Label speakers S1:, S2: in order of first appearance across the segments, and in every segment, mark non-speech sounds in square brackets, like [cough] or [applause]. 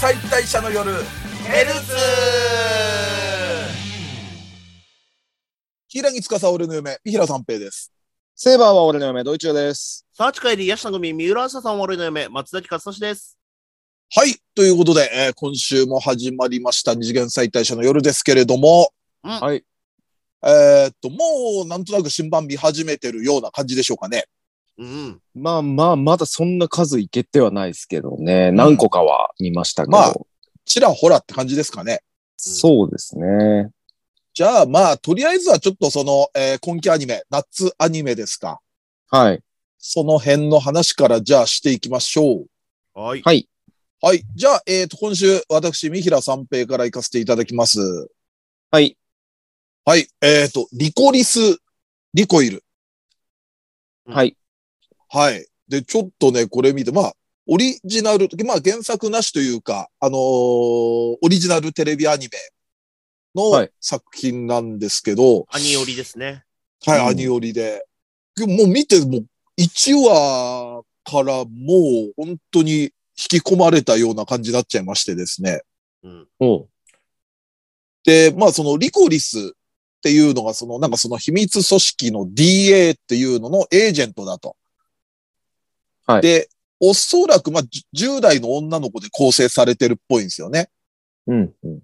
S1: 解体者の夜ヘルツ平木司俺の夢三平三平です
S2: セーバーは俺の嫁、ドイツです。
S3: サーチ会で癒しの組、三浦朝さん、悪いの嫁、松崎勝利です。
S1: はいということで、えー今週も始まりました二次元解体者の夜ですけれども
S3: うん
S2: はい
S1: えーっともうなんとなく新版見始めてるような感じでしょうかね
S3: うん。
S2: まあまあ、まだそんな数いけてはないですけどね。何個かは見ましたけど。
S1: まあちらほらって感じですかね
S2: そうですね。
S1: じゃあまあとりあえずはちょっとその、えー今期アニメ夏アニメですか
S2: はい。
S1: その辺の話からじゃあしていきましょう。
S3: はい。
S2: はい。
S1: はい。じゃあ、えっ、と、今週、私、三平三平から行かせていただきます。
S2: はい。
S1: はい。えっ、と、リコリス、リコイル。
S2: はい。
S1: はい。で、ちょっとね、これ見て、まあ、オリジナル、まあ、原作なしというか、あのーオリジナルテレビアニメ
S2: は
S1: の
S2: い
S1: 作品なんですけど、
S3: アニオリですね。
S1: はい、
S2: うん
S1: アニオリで。でももう見て、もう、1話からもう、本当に引き込まれたような感じになっちゃいましてですね。
S3: うん。
S2: おう
S1: で、まあそのリコリスっていうのがそのなんかその秘密組織の DA っていうののエージェントだと。
S2: はい
S1: で、おそらくまあじゅ10代の女の子で構成されてるっぽいんですよね。
S2: うん。うん。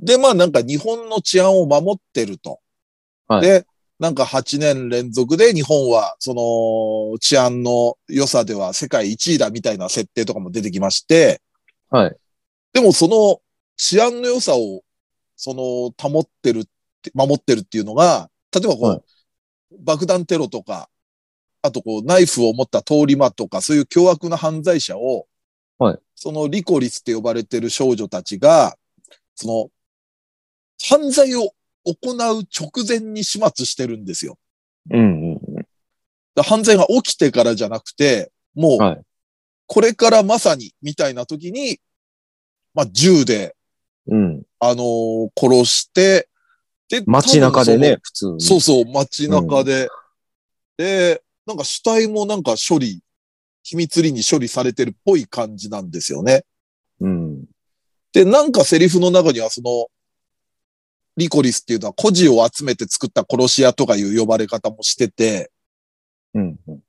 S1: で、まあなんか日本の治安を守ってると。
S2: はい
S1: で、なんか8年連続で日本はその治安の良さでは世界1位だみたいな設定とかも出てきまして、
S2: はい。
S1: でもその治安の良さを、その保ってるって、守ってるっていうのが、例えばこう、
S2: はい
S1: 爆弾テロとか、あとこうナイフを持った通り魔とか、そういう凶悪な犯罪者を、
S2: はい
S1: そのリコリスって呼ばれてる少女たちが、その、犯罪を行う直前に始末してるんですよ。
S2: うん。うん。
S1: だ犯罪が起きてからじゃなくて、も
S2: は
S1: う
S2: い、
S1: これからまさに、みたいな時に、まあ、銃で
S2: うん。
S1: あのー殺して、で、
S2: 街中でね、普通に。
S1: 多分その。そうそう、街中で。で、なんか死体もなんか処理、秘密裏に処理されてるっぽい感じなんですよね。
S2: うん。
S1: で、なんかセリフの中にはその、リコリスっていうのは孤児を集めて作った殺し屋とかいう呼ばれ方もしてて、
S2: うん。うん。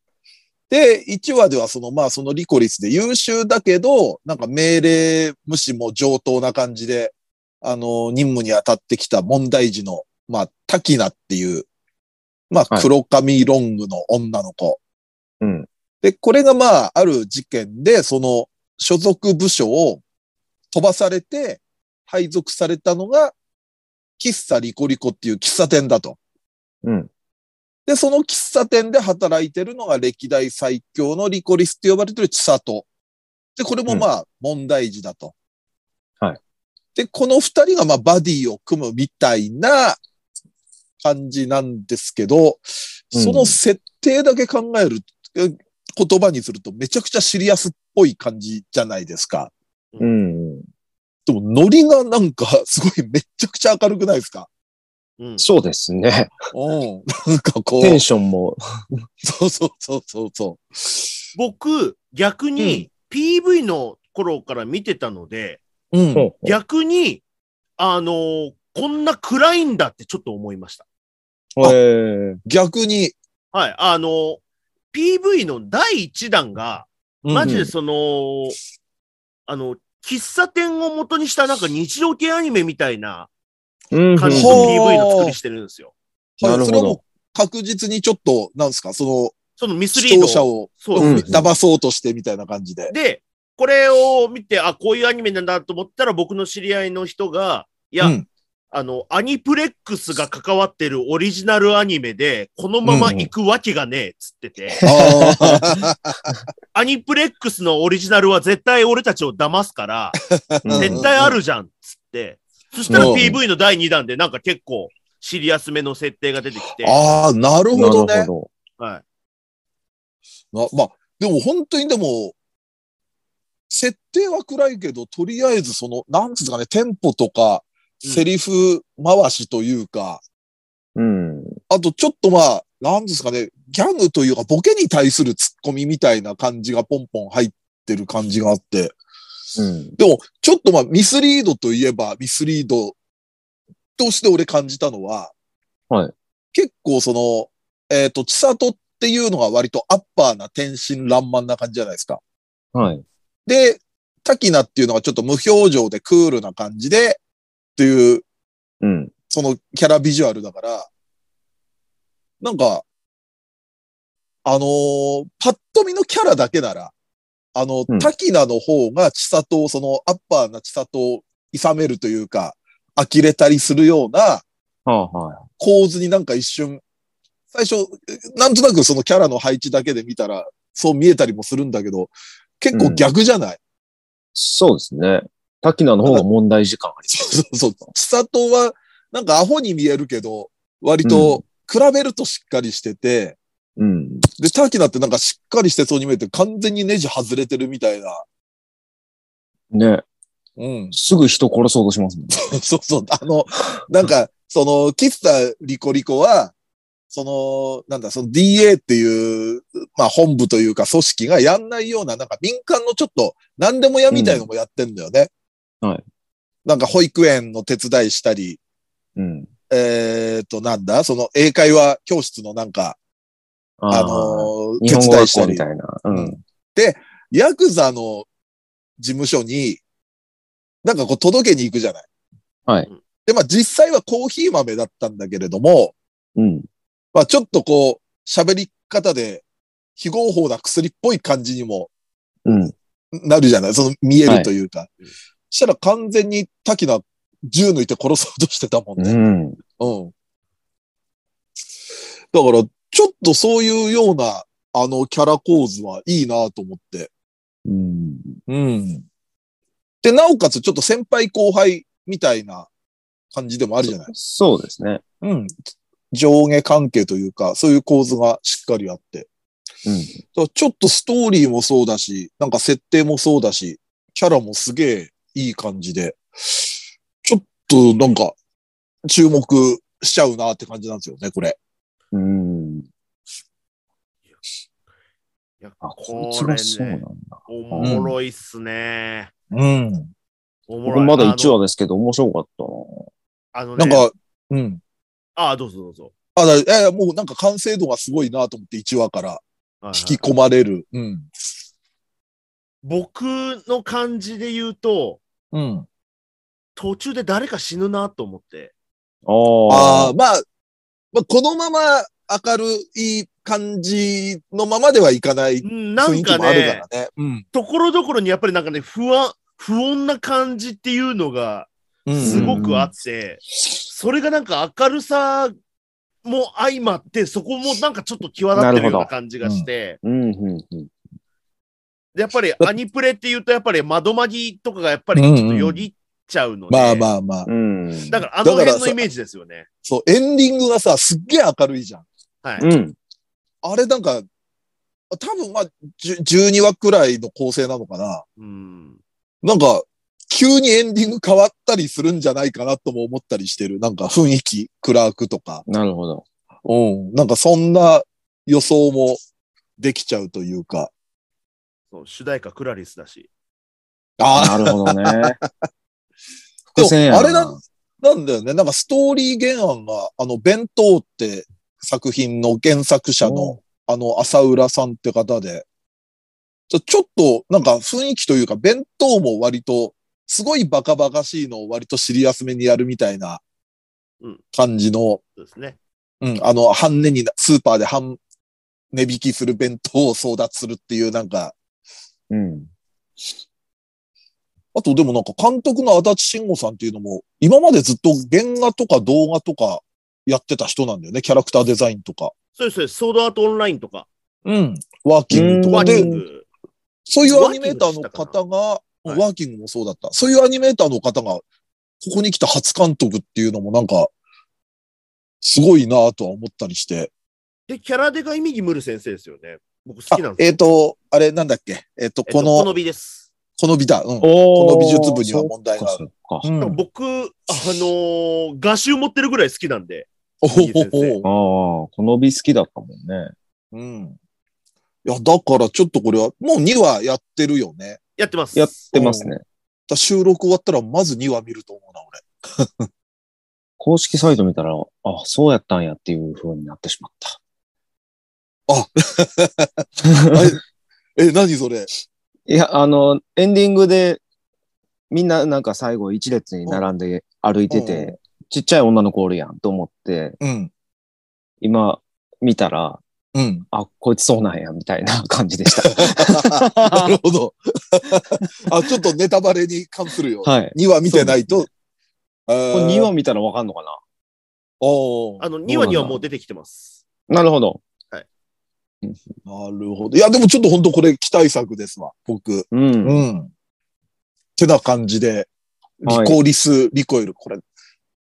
S1: で、1話ではその、まあそのリコリスで優秀だけど、なんか命令無視も上等な感じで、あの、任務に当たってきた問題児の、まあ、タキナっていう、まあ
S2: はい
S1: 黒髪ロングの女の子。
S2: うん
S1: で、これがまあ、ある事件で、その所属部署を飛ばされて、配属されたのが、喫茶リコリコっていう喫茶店だと。
S2: うん。
S1: で、その喫茶店で働いてるのが歴代最強のリコリスって呼ばれてる千里。で、これもまあ、問題児だと。
S2: はい。
S1: で、この二人がまあ、バディを組むみたいな感じなんですけど、その設定だけ考える、え言葉にするとめちゃくちゃシリアスっぽい感じじゃないですか。
S2: うん。
S1: でも、ノリがなんか、すごいめちゃくちゃ明るくないですか
S3: うん。
S2: そうですね。
S1: うん。なんかこ
S2: テン
S1: う、
S2: ションも。
S1: そうそうそうそうそう。
S3: 僕、逆に、PV の頃から見てたので、
S1: うん。
S3: 逆に、あのーこんな暗いんだってちょっと思いました。
S2: うんへえ
S1: 逆に、
S3: はい。あのー PV の第1弾が、マジでその、あの、喫茶店を元にしたなんか日常系アニメみたいな
S2: うん。
S3: 感じの
S1: ほう
S3: PV の作りしてるんですよ。
S1: は、
S2: ないる
S1: そ
S2: ほ
S1: れ
S2: ど
S1: はもう確実にちょっと、なんですか、そ
S3: そのミ
S1: の、
S3: スリ
S1: 視
S3: ー
S1: 聴
S3: ド。
S1: 者を
S3: そううんです。
S1: 騙そうとしてみたいな感じで。
S3: で、これを見て、あ、こういうアニメなんだと思ったら、僕の知り合いの人が、いや、
S1: うん
S3: あの、アニプレックスが関わってるオリジナルアニメで、このまま行くわけがねえ、っつってて、
S1: [laughs]
S3: [laughs]
S1: あ
S3: アニプレックスのオリジナルは絶対俺たちを騙すから、
S1: うん
S3: 絶対あるじゃん、っつって。そしたら
S1: うん
S3: PV の第2弾で、なんか結構、シリアスめの設定が出てきて、
S1: ーあー、なるほ
S2: な
S1: ど
S2: るほ
S1: ね。
S2: ど。
S3: はい。
S1: なまあ、でも本当にでも、設定は暗いけど、とりあえずその、なんつうかね、テンポとか、
S3: うん
S1: セリフ回しというか、
S2: うん。
S1: あとちょっとまあ、なんですかね、ギャグというか、ボケに対するツッコミみたいな感じがポンポン入ってる感じがあって、
S2: うん。
S1: でも、ちょっとまあミスリードといえばミスリードとして俺感じたのは、
S2: はい
S1: 結構その、えっ、と、千里っていうのが割とアッパーな天真爛漫な感じじゃないですか。
S2: はい。
S1: で、滝名っていうのがちょっと無表情でクールな感じで、っていう、
S2: うん。
S1: そのキャラビジュアルだから、なんか、あのーパッと見のキャラだけなら、あの
S2: うん、
S1: 滝名の方が千里を、そのアッパーな千里を諌めるというか、呆れたりするような
S2: はあ、はい。
S1: 構図になんか一瞬、最初、なんとなくそのキャラの配置だけで見たら、そう見えたりもするんだけど、結構逆じゃない、 [laughs]
S2: そうですね。滝名の方が問題時間あります。
S1: そうそう。千里は、なんかアホに見えるけど、割と、比べるとしっかりしてて、
S2: うん。
S1: で、ターキナってなんかしっかりしてそうに見えて、完全にネジ外れてるみたいな。
S2: ね。
S1: うん。
S2: すぐ人殺そうとしますもん。
S1: そう [laughs] そう。あの、なんか、その、喫茶リコリコは、その、なんだ、その DA っていう、まあ本部というか組織がやんないような、なんか民間のちょっと何でも屋みたいのもやってんだよね。
S2: うんはい。
S1: なんか保育園の手伝いしたり、
S2: うん。
S1: えっ、と、なんだその英会話教室のなんか、あ
S2: ー
S1: のー
S2: 日
S1: 手
S2: 本語
S1: 伝い
S2: 学
S1: した
S2: 校み
S1: り、
S2: たいな。うん。
S1: ヤクザの事務所に、なんかこう届けに行くじゃない。
S2: はい。
S1: で、まあ実際はコーヒー豆だったんだけれども、
S2: うん。
S1: まあちょっとこう、喋り方で非合法な薬っぽい感じにも
S2: うん。
S1: なるじゃないその見え
S2: は
S1: る
S2: い
S1: というか。そしたら完全に滝名銃抜いて殺そうとしてたもんね。
S2: うん。
S1: うん。だから、ちょっとそういうような、あの、キャラ構図はいいなと思って。
S2: うん。
S1: うん。で、なおかつ、ちょっと先輩後輩みたいな感じでもあるじゃない
S2: そうですね。
S1: うん。上下関係というか、そういう構図がしっかりあって。
S2: うん。
S1: だからちょっとストーリーもそうだし、なんか設定もそうだし、キャラもすげえいい感じで、ちょっとなんか注目しちゃうなって感じなんですよね、これ。
S2: うん。
S3: いや
S2: あ、
S3: こ
S2: こいつ
S3: れ
S2: がそうなん
S3: ね
S2: だ。、
S3: おもろいっすね。
S1: うん。
S3: おも
S2: 僕
S3: ろい。
S2: まだ1
S3: 話。
S2: 話ですけど、面白かったな。
S3: あの
S1: な
S3: ね
S1: んか、うん。
S3: ああ、どうぞどうぞ。
S1: あ、だいやいや、もうなんか完成度がすごいなと思って1話から
S3: はいはい
S1: 引き込まれる。うん。
S3: 僕の感じで言うと、
S1: うん。
S3: 途中で誰か死ぬなと思って。
S1: あ
S2: あ
S1: あ、まあ、まあ、このまま明るい感じのままではいかない雰
S3: うんなん
S1: 囲気
S3: か
S1: もある
S3: ね、
S1: からね。うん
S3: ところどころにやっぱりなんかね、不安、不穏な感じっていうのが
S1: うん。
S3: すごくあって、それがなんか明るさも相まって、そこもなんかちょっと際立ってるような感じがして、
S2: ー。うん、うん、うん。
S3: でやっぱりアニプレっていうと、やっぱり窓まぎとかがやっぱりちょっとよぎっちゃうので、
S1: まあまあまあ。
S2: うん。
S3: だからあの
S1: だか
S3: 辺
S1: ら
S3: の
S1: さ
S3: イメージですよね。
S1: そう、エンディングがさ、すっげえ明るいじゃん。
S3: はい。
S2: うん。
S1: あれなんか、多分まあ、10 12話くらいの構成なのかな。
S3: うん
S1: なんか、急にエンディング変わったりするんじゃないかなとも思ったりしてる。なんか雰囲気、クラークとか。
S2: なるほど。
S1: うん。なんかそんな予想もできちゃうというか。
S3: そう主題歌クラリスだし。
S1: あ
S2: なるほど [laughs] ね。
S1: あ、
S2: 伏線
S1: で
S2: や
S1: もあ
S2: な
S1: れなん、なんだよね。なんかストーリー原案が、あの、弁当って作品の原作者の、あの、浅浦さんって方で、ちょちょっと、なんか雰囲気というか、弁当も割と、すごいバカバカしいのを割とシリアスめにやるみたいな
S3: うん
S1: 感じの、
S3: そうですね。
S1: うん、あの、半値にな、スーパーで半値引きする弁当を争奪するっていう、なんか、
S2: うん。
S1: あとでもなんか監督の足立慎吾さんっていうのも、今までずっと原画とか動画とかやってた人なんだよね。キャラクターデザインとか。
S3: そうですそうです。ソードアートオンラインとか、
S1: うん。ワーキングと
S2: うん
S3: ワ
S1: か
S3: ーキ
S1: で
S3: ン、グ。
S1: そういうアニメーターの方が、
S3: ワ
S1: う
S3: ーキングでしたかな
S1: んワーキングもそうだった。そういうアニメーターの方が、ここに来た初監督っていうのもなんか、すごいなぁとは思ったりして。
S3: で、キャラデがイミギムル先生ですよね。僕好
S1: あ
S3: きなん、で
S1: え
S3: すよ。
S1: っ、と、あれなんだっけえっ、と、
S3: えっと
S1: この、
S3: 好みです。
S1: この美だ。うん。
S2: こ
S1: この美術部には問題がある
S2: そっかそっか
S1: うん
S3: 僕、あのー画集持ってるぐらい好きなんで、
S1: おほほ
S3: いいで
S1: ほ
S2: ああ、この美好きだったもんね。
S1: うん。いや、だからちょっとこれは、もう2話やってるよね。
S3: やってます。
S2: やってますね。
S1: だ収録終わったらまず2話見ると思うな、俺。
S2: 公式サイト見たら、あ、そうやったんやっていう風になってしまった。
S1: え、何それ
S2: [laughs] いや、あの、エンディングで、みんななんか最後一列に並んで歩いて
S1: うんう
S2: て、ちっちゃい女の子おるやんと思って、
S1: うん。
S2: 今見たら、
S1: うん。
S2: あ、こいつそうなんや、みたいな感じでした。
S1: [laughs] なるほど。あ、ちょっとネタバレに関するよ。
S2: はい。
S1: 2話見てないと。あ
S2: これ2話見たらわかんのか
S1: お
S3: あ
S1: あ
S3: の、2話にはもう出てきてます。
S2: ななるほど。
S1: なるほど。いや、でもちょっと本当これ期待作ですわ、僕。
S2: う。
S1: うんん。ってな感じで、リ
S2: はい
S1: コリス、リコイル。これ、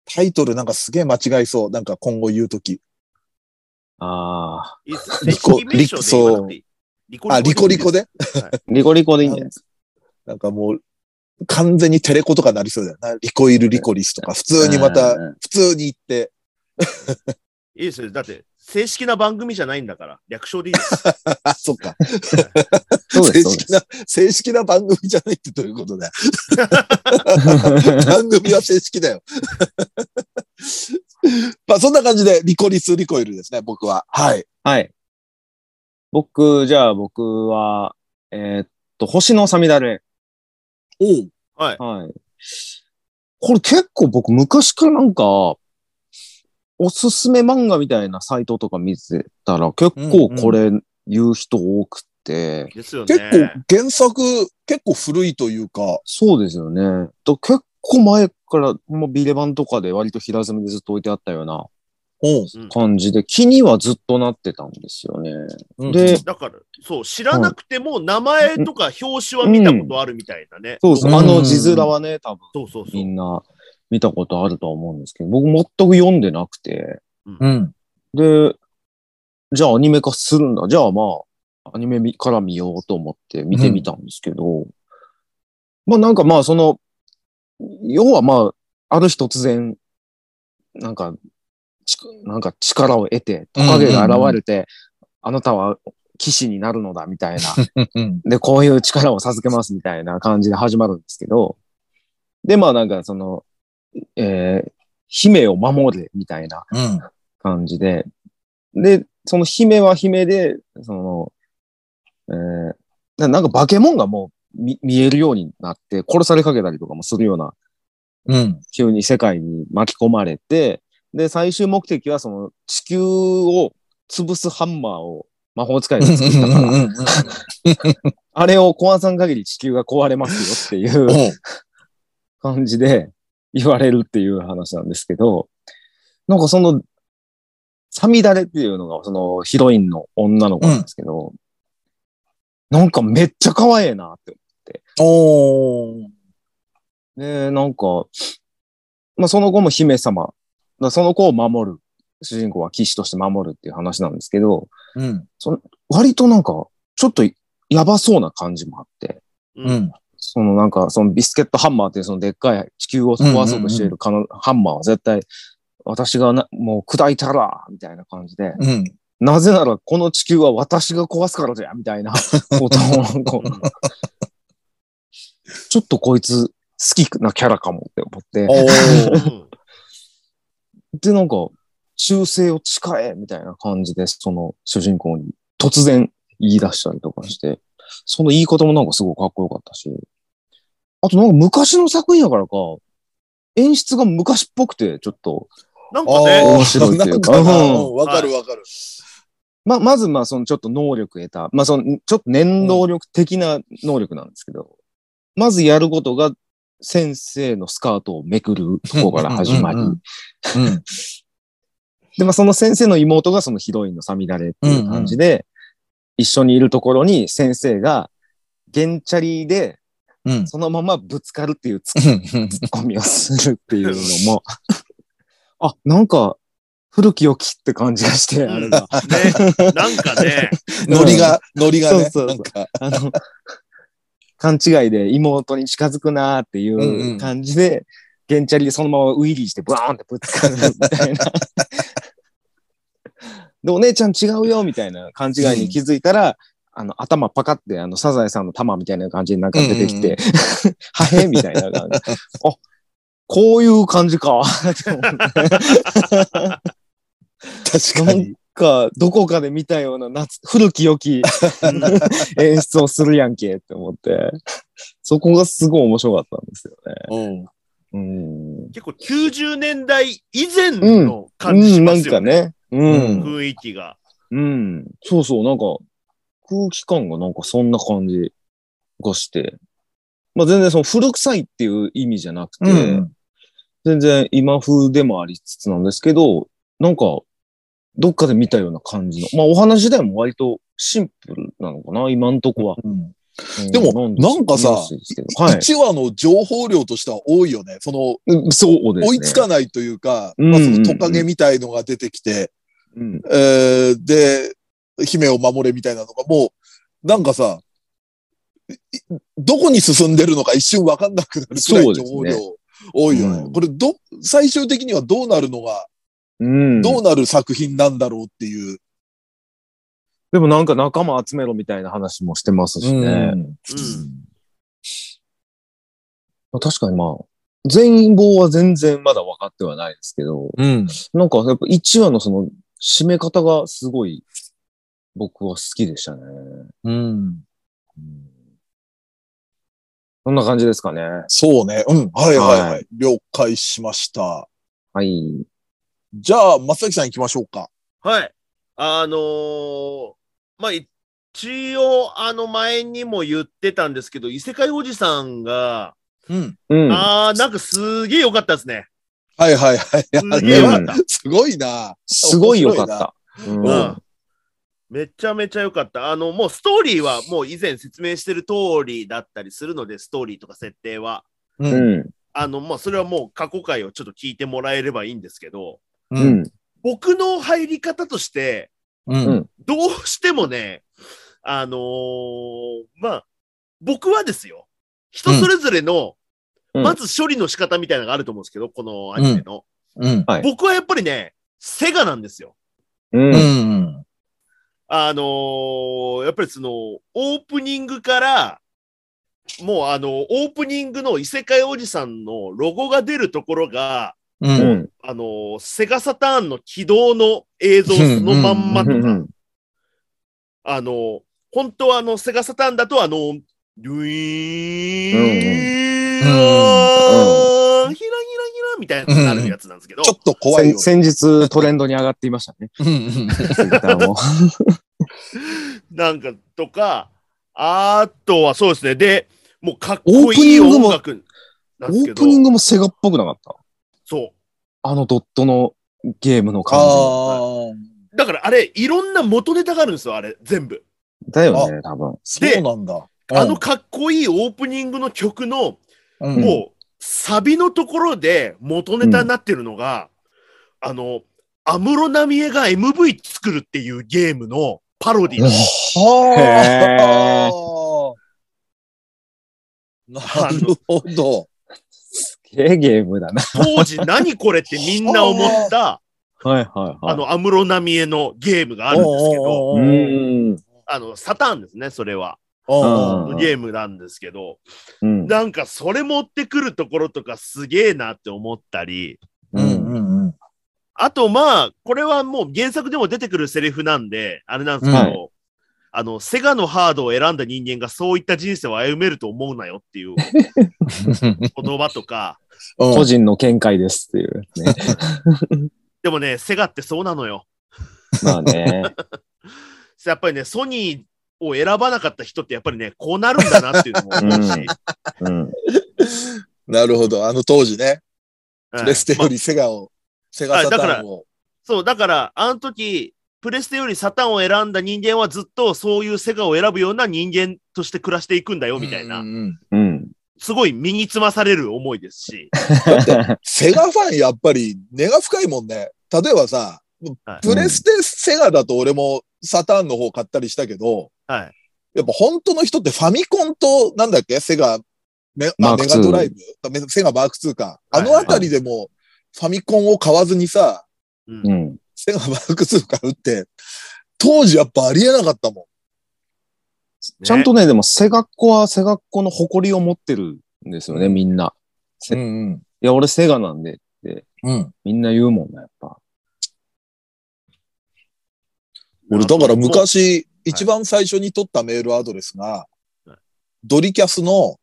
S1: タイトルなんかすげえ間違いそう。なんか今後言うとき。
S2: ああ。
S3: リ
S1: リコリコそう
S3: リ
S1: あ、リコリコで
S2: リコリコでいいんじゃないですか。
S1: なんかもう、完全にテレコとかなりそうだよな。リコイル、リコリスとか、普通にまた、
S2: うん
S1: 普通に言って。
S3: いいですよ。だって、正式な番組じゃないんだから、略称でい
S1: [laughs]
S3: いです。
S1: あ、そっか。
S2: そ
S1: 正
S2: うです、そうで
S1: 式な、正式な番組じゃないってどういうこと [laughs] だよ。
S2: す。
S1: 番組は正式だよ。 [laughs] まあ、そんな感じで、リコリス、リコイルですね、僕は。はい。
S2: はい。僕、じゃあ僕は、えーっと、星のさみだれ。
S1: おう。
S2: はい。これ結構僕昔からなんか、おすすめ漫画みたいなサイトとか見てたら結構これ言う人多くて、
S3: ですよね。
S1: 結構、原作、結構古いというか、
S2: そうですよね。と結構前から、もうビレ版とかで割と平積みでずっと置いてあったような
S1: おう
S2: 感じで、気にはずっとなってたんですよね。
S1: うん
S2: で、
S3: だから、そう、知らなくても、名前とか表紙は見たことあるみたいなね。
S2: そうそう、
S1: うん
S2: あの字面はね、多分
S3: そうそうそ
S2: み
S3: う。
S2: んな見たことあるとは思うんですけど、僕全く読んでなくて、
S1: うん。
S2: で、じゃあアニメ化するんだ。じゃあまあ、アニメみから見ようと思って見てみたんですけど、まあなんかまあその、要はまあ、ある日突然、なんか、ちなんか力を得て、トカゲが現れて、あなたは騎士になるのだみたいな、
S1: うん。
S2: で、こういう力を授けますみたいな感じで始まるんですけど、で、まあなんかその、えー姫を守れみたいな
S1: うん。
S2: 感じで、で、その姫は姫で、その、えーななんか化け物がもう見見えるようになって、殺されかけたりとかもするような、
S1: うん。
S2: 急に世界に巻き込まれて、で、最終目的はその地球を潰すハンマーを魔法使いが作ったから、あれを壊さん限り地球が壊れますよっていう。感じで言われるっていう話なんですけど、なんかその、サミダレっていうのが、そのヒロインの女の子なんですけど、なんかめっちゃ可愛いなって。
S1: [laughs] おー。
S2: で、なんか、まあその後も姫様、だからその子を守る、主人公は騎士として守るっていう話なんですけど、
S1: うん。
S2: 割となんか、ちょっとやばそうな感じもあって、
S1: う。ん。
S2: そのなんか、そのビスケットハンマーっていうそのでっかい地球を壊そうとしているかの、ハンマーは絶対、私がな、もう砕いたら、みたいな感じで、
S1: うん。
S2: なぜならこの地球は私が壊すからじゃ、みた [laughs] いなことを、こうちょっとこいつ好きなキャラかもって思って、
S1: おー。
S3: うん
S2: で、なんか、忠誠を誓え、みたいな感じで、その主人公に突然言い出したりとかして、その言い方もなんかすごいかっこよかったし、あとなんか昔の作品やからか、演出が昔っぽくて、ちょっと、
S3: なんか
S1: あ
S3: ね、
S1: ー
S2: 面白いっていうか
S1: なんな
S2: うん
S1: うんわかるわかる。
S2: ま、まずまあそのちょっと能力得た、まあそのちょっと念能力的な能力なんですけど、まずやることが先生のスカートをめくるとこから始まり
S1: うんうんうん、うん。
S2: で、まあ、その先生の妹がそのヒロインのサミダレっていう感じで、一緒にいるところに先生が、ゲンチャリで、
S1: うん。
S2: そのままぶつかるっていうツッコミをするっていうのも、あ、なんか、古き良きって感じがして、あれが。
S3: ね、なんか
S2: [laughs]
S3: ね、
S1: [laughs] ノリが、ノリがね。
S2: そうそう
S1: な
S2: そう
S1: んか、
S2: あの、勘違いで妹に近づくなーってい
S1: んう
S2: うんう感じで、ゲンチャリでそのままウィリーしてブワーンってぶつかるみたいな。 [laughs] で、お姉ちゃん違うよみたいな勘違いに気づいたら、あの、頭パカって、あの、サザエさんの玉みたいな感じになんか出てきて、 [laughs] はへみたいな感じ。あ、こういう感じか。って思って
S1: 確かに。
S2: か、どこかで見たような夏、古き
S3: [laughs]
S2: 良き演出をするやんけって思って、そこがすごい面白かったんですよね。
S1: うん。
S2: うん。
S3: 結構90年代以前の感じし
S2: うん、
S3: ま
S2: なん
S3: すよ
S2: か
S3: ね。
S2: ね。うん。
S3: 雰囲気が。
S2: うん。そうそう、なんか、空気感がなんかそんな感じがして。まあ全然その古臭いっていう意味じゃなくて、
S1: うん
S2: 全然今風でもありつつなんですけど、なんか、どっかで見たような感じの。まあお話自体も割とシンプルなのかな、今んとこは。
S1: でも
S2: う
S1: なんかさ
S2: 見やすいですけどはい。
S1: 1話の情報量としては多いよね。その、
S2: そうですね。
S1: 追いつかないというか、
S2: うん
S1: まあそのトカゲみたいのが出てきて、
S2: うん。
S1: えーで、姫を守れみたいなのがもう、なんかさ、いどこに進んでるのか一瞬わかんなくなるくらい情報量多いよね。
S2: うん
S1: これど、最終的にはどうなるのが、
S2: うん。
S1: どうなる作品なんだろうっていう。
S2: でもなんか仲間集めろみたいな話もしてますしね。まあ確かにまあ、全貌は全然まだ分かってはないですけど、
S1: うん。
S2: なんかやっぱ1話のその締め方がすごい僕は好きでしたね。
S1: うん。
S2: うんそんな感じですかね。
S1: そうね。うん。はいはいはい。
S2: は
S1: 了解しました。
S2: はい。
S1: じゃあ、松崎さん行きましょうか。
S3: はい。あのーまあ、一応、あの前にも言ってたんですけど、異世界おじさんが、
S1: うん。
S2: うん。
S3: ああ、なんかすげえ良かったですね。
S1: はいはいはい。あ
S3: す
S2: ん
S3: げえ
S1: れ
S3: 良か
S1: は
S3: った。
S1: すごいな。
S2: すごいよかった。
S1: 面白いな
S3: めちゃめちゃ良かった。あの、もうストーリーはもう以前説明してる通りだったりするので、ストーリーとか設定は。
S1: う。
S2: うんん。
S3: あの、まあ、それはもう過去回をちょっと聞いてもらえればいいんですけど、
S1: う。
S2: うんん。
S3: 僕の入り方として、
S1: うん。
S3: どうしてもね、あのーまあ、僕はですよ、人それぞれの、
S2: うん
S3: まず処理の仕方みたいなのがあると思うんですけど、このアニメの。
S1: うん。
S2: うん
S3: 僕はやっぱりね、セガなんですよ。
S2: うん。
S1: うん。
S3: あのーやっぱりその、オープニングから、もうあの、オープニングの異世界おじさんのロゴが出るところが、
S1: う。
S2: うんん。
S3: あのーセガサターンの起動の映像そのまんまと
S2: う
S3: か、
S2: ん。
S3: あのー本当はあの、セガサターンだとあの、ドゥイ
S1: う
S3: ーン、
S1: ん
S3: あーヒラヒラヒラみたいななるやつなんですけど、
S1: ちょっと怖いよ
S2: 先
S1: ね。
S2: 先日トレンドに上がっていましたね。
S1: うん。
S2: Twitter も
S3: なんかとか、あとはそうですね。で、もうかっこ
S2: オープニ
S3: いい
S2: ングも
S3: 音楽な
S2: オ
S3: んですけ
S2: ー
S3: ど
S2: プ、ニングもセガっぽくなかった。
S3: そ
S2: あのドットのゲームの感じ。
S1: ああ。
S3: う。だからあれ、いろんな元ネタがあるんですよ、あれ、全部。
S2: だよね、多分。
S1: そうなんだ。
S3: あのかっこいいオープニングの曲の、
S1: うん、うん
S3: もう、サビのところで元ネタになってるのが、あの、安室奈美恵が MV 作るっていうゲームのパロディなんです
S2: へ
S1: はあ。なるほど。
S2: すげえゲームだな。
S3: 当時何これってみんな思った、
S2: はいはい
S3: あの、安室奈美恵のゲームがあるんですけど、
S2: うーん。
S3: あの、サターンですね、それは。
S1: うん
S2: うん
S3: ゲームなんですけど、
S2: うん。
S3: なんかそれ持ってくるところとかすげえなって思ったり、
S1: う
S2: うんん。
S1: う
S3: [laughs]
S1: んうん
S3: あとまあ、これはもう原作でも出てくるセリフなんで、あれなんですけど、
S2: は
S3: あの、セガのハードを選んだ人間がそういった人生を歩めると思うなよっていう言葉とか、 [laughs]
S2: 個人の見解ですっていう [laughs] ね。
S3: でもね、セガってそうなのよ。
S2: まあね。
S3: やっぱりね、ソニーを選ばなかった人ってやっぱりね、こうなるんだなっていうのも思うし、
S2: うんうん。
S1: なるほど。あの当時ね、
S3: は
S1: プ
S3: い
S1: レステよりセガを、セガサターンを。
S3: そう、だから、あの時、プレステよりサタンを選んだ人間はずっとそういう世界を選ぶような人間として暮らしていくんだよ、みたいな
S1: うん。
S3: [laughs]
S1: うん
S2: うん。
S3: すごい身につまされる思いですし。
S1: セガファンやっぱり根が深いもんね。例えばさ、
S3: はい
S1: プレステセガだと俺もサターンの方買ったりしたけど、
S3: はい
S1: やっぱ本当の人ってファミコンと、なんだっけセガ、メ
S2: マ
S1: あ
S2: ーク
S1: メ
S2: 2
S1: ガドライブメセガマーク2か。あ
S3: はい
S1: のあたりでもファミコンを買わずにさ、
S3: う
S2: うんん。
S1: セガマーク2買うって、当時やっぱありえなかったも
S2: ちゃんとね、でも、セガっ子はセガっ子の誇りを持ってるんですよね、みんな。
S1: うんうん。
S2: いや、俺セガなんで、
S1: うん。
S2: みんな言うもんな、やっぱ。
S1: 俺、だから昔、
S3: い
S1: 一番最初に取ったメールアドレスが
S3: い、
S1: ドリキャスの、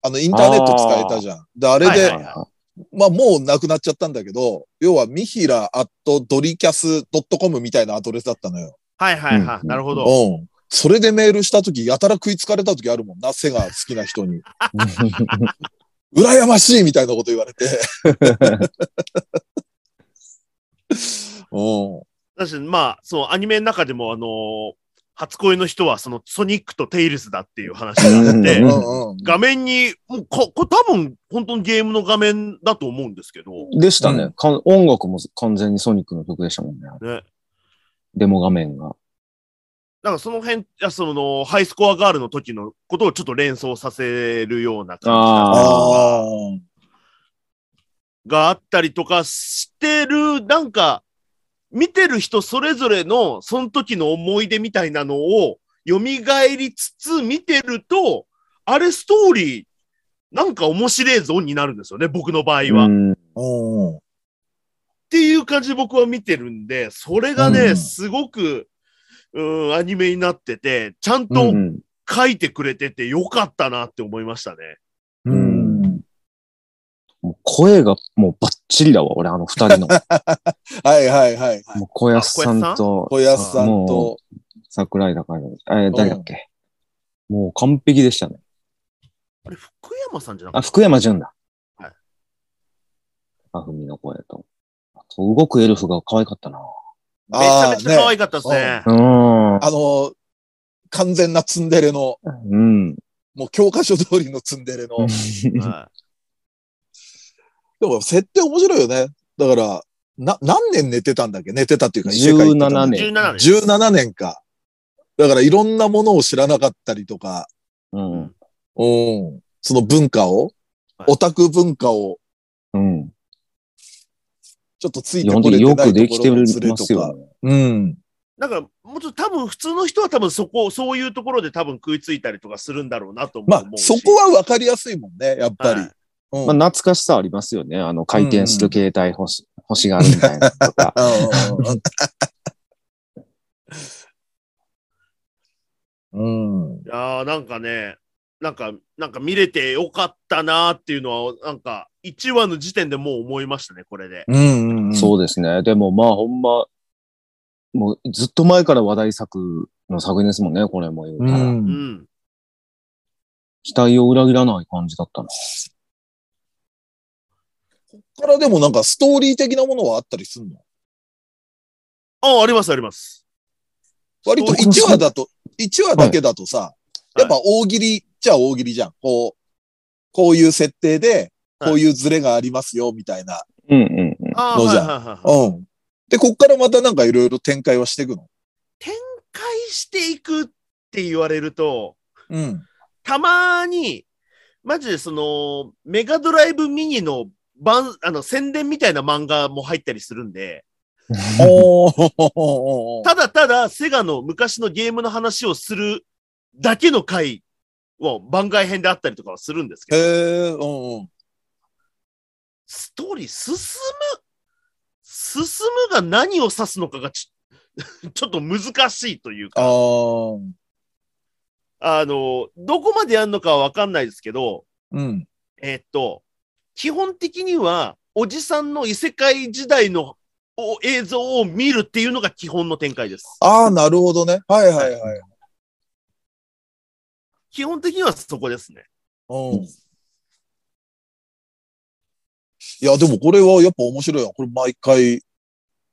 S1: あの、インターネット使えたじゃん。で、あれ
S3: はい
S1: で
S3: はい、
S1: まあもうなくなっちゃったんだけど、要はミヒラアットドリキャス .com みたいなアドレスだったのよ。
S3: はいはいは
S2: う
S3: い。
S2: ん
S3: なるほど。
S1: うん。それでメールした時やたら食いつかれた時あるもんな、セガ好きな
S3: [laughs]
S1: 人に。羨ましいみたいなこと言われて。うん。
S3: だし、まあ、そう、アニメの中でも、あのー初恋の人は、その、ソニックとテイルズだっていう話があっ
S2: う
S1: う
S3: て、
S1: んうん。
S3: 画面に、もう、こ、こ多分、本当にゲームの画面だと思うんですけど、
S2: [laughs] でしたね、
S1: うん
S2: かん音楽も完全にソニックの曲でしたもんね。
S3: ね。
S2: デモ画面が。
S3: なんかその辺、いやその、ハイスコアガールの時のことをちょっと連想させるような感
S1: ああ。
S3: じがあったりとかしてる、なんか、見てる人それぞれの、その時の思い出みたいなのを、蘇りつつ見てると、あれストーリー、なんか面白いぞになるんですよね、僕の場合は。
S2: う
S3: っ
S2: ん
S1: うんうん。
S3: ていう感じで僕は見てるんで、それがね、
S1: うん
S3: すごく、うん、アニメになってて、ちゃん
S2: う
S3: と
S2: ん
S3: 書いてくれててよかったなって思いましたね。
S1: うん。
S2: もう声がもうバッチリだわ、俺、あの
S1: [laughs]
S2: 二人の。
S1: はいはいはいはい。
S2: もう小安さん
S3: あ
S2: と
S1: 小安さんと
S2: も、桜井高いえー誰だっけ、もう完璧でしたね。
S3: あれ、福山さんじゃなか
S2: あ、
S3: った
S2: 福山潤だ。
S3: はい。
S2: あふみの声と。あと、動くエルフが可愛かったな。
S3: めちゃめち
S1: あー
S3: ゃ可
S1: ね
S3: 愛かったですね。
S2: うーん。
S1: あの、完全なツンデレの、
S2: うん。
S1: もう教科書通りのツンデレの。
S3: は
S1: でも設定面白いよね。だから、な、何年寝てたんだっけ寝てたっていうか、家帰ってたの
S2: 17
S3: い
S2: 年。
S1: 17
S3: 17年。
S1: 年か。だからいろんなものを知らなかったりとか、
S2: うん。
S1: うん。その文化を、
S3: はい
S1: オタク文化を、
S2: うん。
S1: ちょっとつい
S2: い
S1: て
S2: や
S1: こ
S2: 本当
S1: れて
S2: に
S1: ない
S2: よ
S1: ところ
S2: く
S1: の
S2: できて
S1: ズレ
S2: ます
S1: と
S2: よ
S1: か。
S2: ね、
S1: うん。
S3: だから、もうちょっと多分普通の人は多分そこ、そういうところで多分食いついたりとかするんだろうなと思う。
S1: まあ
S3: 思、うし
S1: そこ、はわかりやすいもんね、やっぱり。
S3: はい
S1: うん。。
S2: まあ、懐かしさありますよね。あの、回転する携帯星、星があるみたいなのと
S1: [laughs]
S2: か
S1: うんうんうん。
S3: いやーなんかね、なんか、なんか見れてよかったなーっていうのは、なんか、1話の時点でもう思いましたね、これで。
S1: うんうんうん。
S2: そうですね。でもまあほんま、もうずっと前から話題作の作品ですもんね、これも言う
S1: う。
S2: たら。
S3: うんん。
S2: 期待を裏切らない感じだったな。
S1: ここからでもなんかストーリー的なものはあったりするの
S3: あ、あります、あります。
S1: 割と
S2: そうそう
S1: 1話だと、1話だけだとさ、
S3: い
S1: やっぱ大喜利じゃ大喜利じゃん。こう、こういう設定で、
S3: はい
S1: こういうズレがありますよ、みたいな。
S2: うんうんうん。
S3: ああ、
S1: どう
S3: はい
S1: じ
S3: は
S1: ゃ
S3: い
S1: ん
S3: はいはい。
S1: うん。で、こっからまたなんかいろいろ展開はしていくの。
S3: 返していくって言われると、
S1: うん。
S3: たまに、マジでその、メガドライブミニの番、あの、宣伝みたいな漫画も入ったりするんで、
S1: おー。
S3: ただただセガの昔のゲームの話をするだけの回を番外編であったりとかはするんですけ
S1: へ
S3: ど、
S1: え、うんうん。
S3: ストーリー進む進むが何を指すのかがちちょっと [laughs] 難しいという
S1: あ
S3: か、
S1: ー。
S3: あの、どこまでやるのかはわかんないですけど、
S1: うん。
S3: えーっと、基本的には、おじさんの異世界時代のお映像を見るっていうのが基本の展開です。
S1: ああ、なるほどね。はいはいはい。
S3: 基本的にはそこですね。
S1: うん。いや、でもこれはやっぱ面白いわ。これ毎回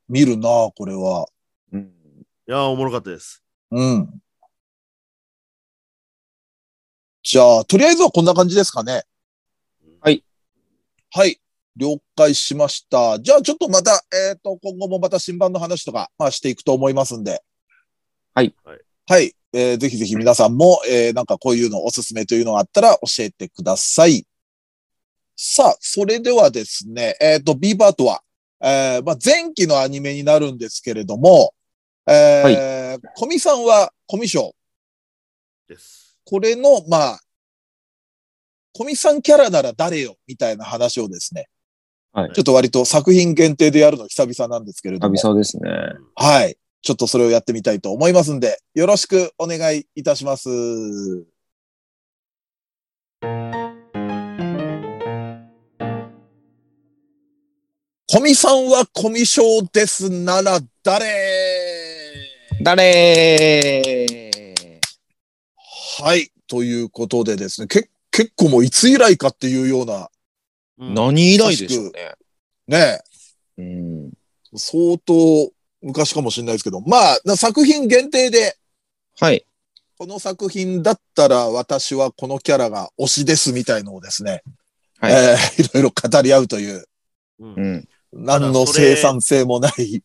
S1: 見るな、これは。
S2: うん
S3: いやー、おもろかったです。
S1: うん。じゃあ、とりあえずはこんな感じですかね。
S2: はい。
S1: はい。了解しました。じゃあ、ちょっとまた、えっ、と、今後もまた新版の話とか、まあ、していくと思いますんで。
S2: はい
S3: はい。
S1: はい。えーぜひぜひ皆さんも、えーなんかこういうのおすすめというのがあったら教えてください。さあ、それではですね、えっ、と、B パートは、えーまあ、前期のアニメになるんですけれども、えー、コミさんはコミショ
S3: です。
S1: これの、まあ、コミさんキャラなら誰よみたいな話をですね。
S2: はい
S1: ちょっと割と作品限定でやるの久々なんですけれども。
S2: 久々ですね。
S1: はい。ちょっとそれをやってみたいと思いますんで、よろしくお願いいたします。コミさんはコミショですなら誰
S2: 誰
S1: はい。ということでですね、け結構もういつ以来かっていうような、
S3: うん
S2: 何以来でしょうね。
S1: ね、
S2: うん。
S1: 相当昔かもしれないですけど、まあ、な作品限定で、
S2: はい。
S1: この作品だったら私はこのキャラが推しですみたいのをですね、
S2: はい
S1: えーいろいろ語り合うという、
S3: うん
S2: う
S3: だか
S2: ん。
S1: 何の生産性もない。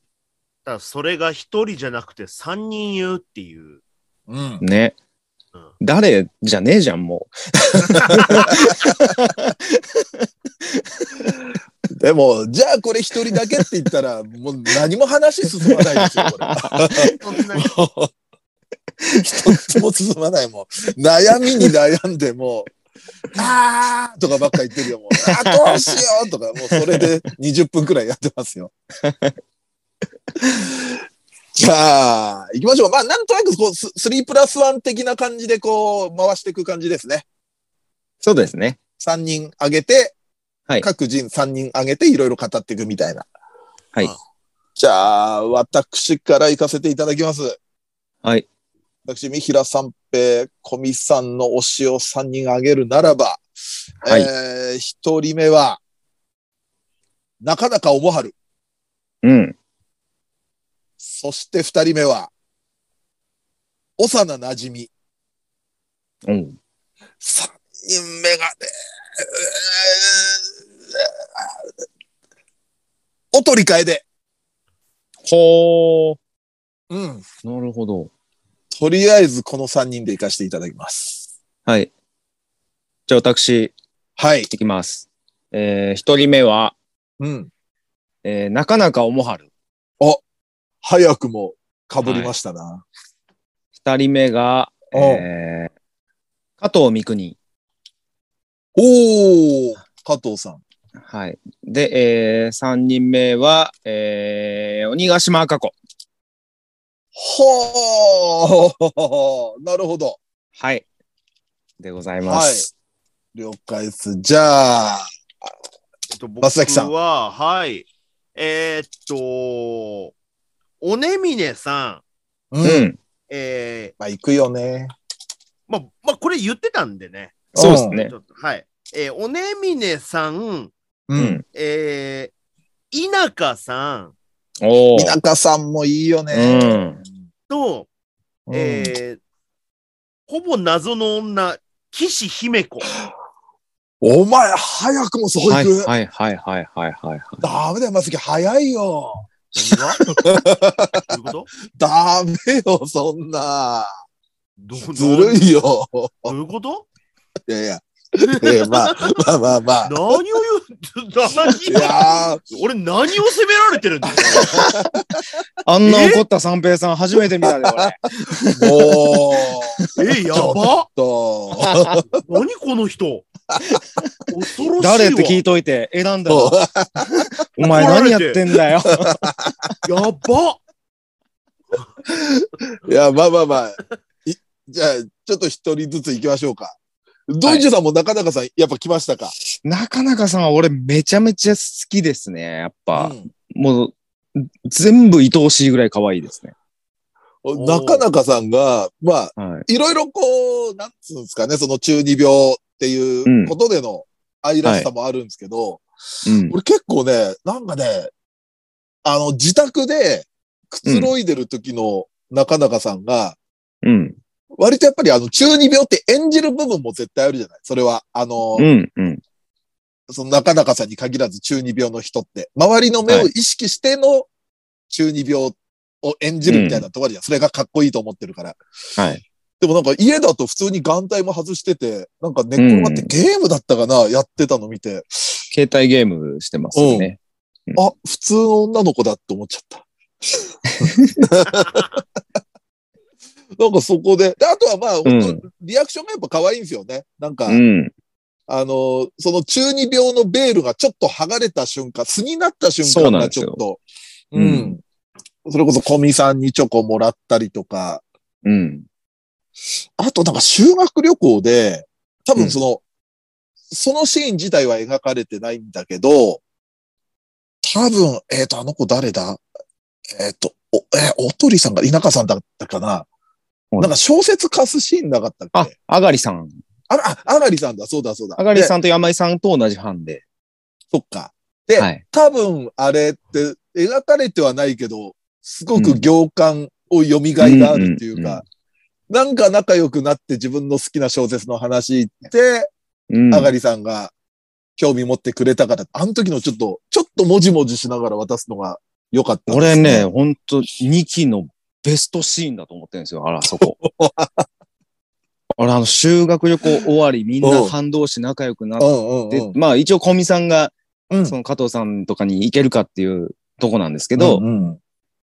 S3: らそれが一人じゃなくて三人言うっ
S1: [laughs]
S3: ていう。
S1: うん。
S2: ね
S3: うん。
S2: 誰じゃねえじゃん、も
S1: でも、じゃあこれ一人だけって言ったら、もう何も話進まないですよ、これ。
S3: そんなに
S1: 一つも進まない、もう。悩みに悩んで、もう、あーとかばっか言ってるよ、もう。あーどうしようとか、もうそれで20分くらいやってますよ。 [laughs] じゃあ、行きましょう。まあ、なんとなく、こう、ス3プラス1的な感じで、こう、回していく感じですね。
S2: う。そうですね。
S1: 3人上げて、
S2: はい
S1: 各人3人上げて、いろいろ語っていくみたいな。
S2: はい。
S1: じゃあ、私から行かせていただきます。
S2: はい。
S1: 私、三平三平、小見さんの推しを3人挙げるならば、
S2: はい
S1: えー、一人目は、中中おもはる。
S2: うん。
S1: そして二人目は、幼なじみ。
S2: うん。
S1: 三人目がね、おとりかえで。
S2: ほー。
S1: うん。
S2: なるほど。
S1: とりあえずこの三人で行かせていただきます。
S2: はい。じゃあ私、
S1: はい
S2: い。きます。えー、一人目は、
S1: うん。
S2: えー、なかなかおもはる。
S1: 早くも被りましたな。
S2: 二人目が、
S1: おう
S2: えー、加藤三国。
S1: おー、加藤さん。
S2: はい。で、えー、三人目は、えー、鬼ヶ島赤子。
S1: はー、なるほど。
S2: はい。でございます。
S1: 了解です。じゃあ、
S3: えっと僕
S1: 松崎さん
S3: は、はい。えーっと、おねみねさん、
S1: うん。
S2: うん。
S3: え
S1: まあ、行くよね。
S3: ー、まあ、まあ、これ言ってたんでね。
S2: そうですね
S3: ち。ょっとはい。えー、おねみねさん、
S1: う。
S2: うんん。
S3: えー、稲香さん
S2: お
S1: 田
S2: ー。
S1: 舎さんもいいよ
S2: う
S1: ね。
S2: ん。
S3: と、
S1: え
S3: えー、ほぼ謎の女、岸姫
S1: [laughs]
S3: 子。
S1: お前、早くもそこ行
S2: はい
S1: く。
S2: はいはいはいはいはい。
S1: ダメだよ、まさき、早いよ。
S3: 何がどういうこと
S1: ダメよ、そんな。
S3: ど
S1: ずるいよ。
S3: どういうこと
S1: いやいや。えーまあ、まあまあまあ。
S3: 何を言う何
S1: いやー、
S3: 俺何を責められてるんだよ。
S2: あんな怒った三平さん初めて見たで、俺。
S1: もう、
S3: え、やば
S1: と、
S3: 何この人恐ろしいわ。
S2: [laughs] 誰って聞いといて、選んだよ。お前何やってんだよ。
S3: やば
S1: いや、まあまあまあ。いじゃあ、ちょっと一人ずつ行きましょうか。ドイジュさんもなかなかさん、やっぱ来ましたか。
S2: [laughs] なかなかさんは俺めちゃめちゃ好きですね。やっぱ、
S1: うん
S2: もう、全部愛おしいぐらい可愛いですね。
S3: ー
S1: なかなかさんが、まあ、
S2: はい。
S1: いろいろこう、なんつうんですかね、その中二病っていうことでの愛らしさもあるんですけど、
S2: うん。
S1: 俺結構ね、なんかね、あの、自宅でくつろいでる時のなかなかさんが、
S2: うん。
S1: 割とやっぱりあの、中二病って演じる部分も絶対あるじゃないそれは、あの、
S2: うん。うん。
S1: その中中さんに限らず中二病の人って、周りの目を意識しての中二病を演じるみたいなところあるじゃん。それがかっこいいと思ってるから。
S2: はい。
S1: でもなんか家だと普通に眼帯も外してて、なんか寝っ転がって
S2: うん
S1: ゲームだったかな、やってたの見て、
S2: 携帯ゲームしてますよね。
S1: あ、普通の女の子だって思っちゃった。 [laughs] なんかそこで、であとはまあ、
S2: ん
S1: 本当リアクションがやっぱ可愛いんですよね。なんか、
S2: うん。
S1: あの、その中二病のベールがちょっと剥がれた瞬間、素になった瞬
S2: そ
S1: 間
S2: うなん
S1: が
S2: です
S1: ち
S2: よ
S1: ょっと、
S2: う
S1: うんん。それこそ小見さんにチョコもらったりとか、
S2: うん。
S1: あとなんか修学旅行で、多分その、そのシーン自体は描かれてないんだけど、多分、えっ、と、あの子誰だえっ、と、お、えーおとりさんが稲川さんだったかな
S2: はい
S1: なんか小説貸すシーンなかったっ
S2: あ
S1: け、
S2: あがりさん。
S1: あら、ああがりさんだ、そうだ、そうだ。
S2: あがり
S1: ん。
S2: さんと山井さんと同じ班で。
S1: そっか。で
S2: はい。
S1: 多分、あれって描かれてはないけど、すごく行間を蘇りがあるっていうか、なんか仲良くなって自分の好きな小説の話で、
S2: うん。
S1: あがりさんが興味持ってくれたから、あの時のちょっと、ちょっともじもじしながら渡すのが良かったん
S2: こ
S1: で
S2: れ
S1: す
S2: ね、。ほんと2期のベストシーンだと思ってるんですよ、あら、そ [laughs] こ。あら、あの、修学旅行終わり、みんな班同士仲良くなっ
S1: うんうん
S2: て
S1: う、ん。
S2: まあ一応小見さんが、
S1: うん
S2: その加藤さんとかに行けるかっていうとこなんですけど、
S1: うんうん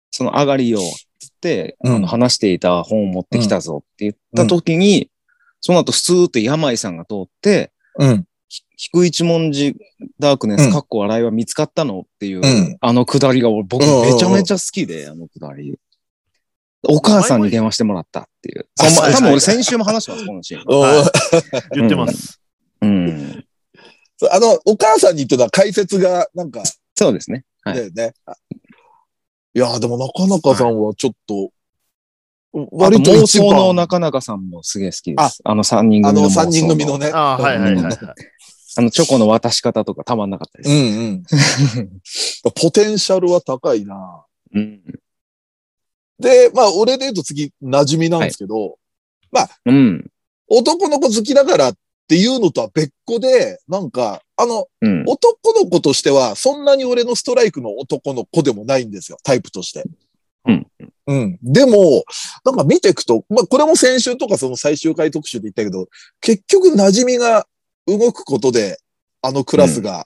S2: その上がりを、つって、
S1: うん
S2: あの話していた本を持ってきたぞって言った時に、その後、スーって山井さんが通って、
S1: うん。
S2: 菊一文字ダークネ
S1: う
S2: ス、
S1: ん
S2: かっこ笑いは見つかったのっていう、
S1: うん
S2: あのくだりが俺、僕
S1: うんうんうん
S2: めちゃめちゃ好きで、あのくだり。お母さんに電話してもらったっていう。
S1: あ
S2: そう
S1: そ
S2: ま
S1: う
S2: 多分俺先週も話してます、このシーン。
S3: はい言ってます。
S2: うん。
S1: そうあの、お母さんに言ってた解説が、なんか、
S2: そうですね。はい
S1: だよね。あいやー、でも中中さんはちょっと、
S2: あと
S1: 割と
S2: 妄
S1: 一
S2: 想の
S1: 番、
S2: 中中さんもすげえ好きです。あの三人
S1: あ
S2: 組の
S1: の、
S2: 妄想
S1: 三人組のね。
S3: ああ、はいはいはいはい。
S2: あのチョコの渡し方とかたまんなかった
S1: うん
S2: です。
S1: うん。 [laughs] ポテンシャルは高いな
S2: うん。
S1: で、まあ、俺で言うと次、馴染みなんですけど、
S2: うん。
S1: 男の子好きだからっていうのとは別個で、なんか、あの、
S2: うん。
S1: 男の子としては、そんなに俺のストライクの男の子でもないんですよ、タイプとして。
S2: うん。
S1: うん。でも、なんか見ていくと、まあこれも先週とかその最終回特集で言ったけど、結局馴染みが動くことで、あのクラスが、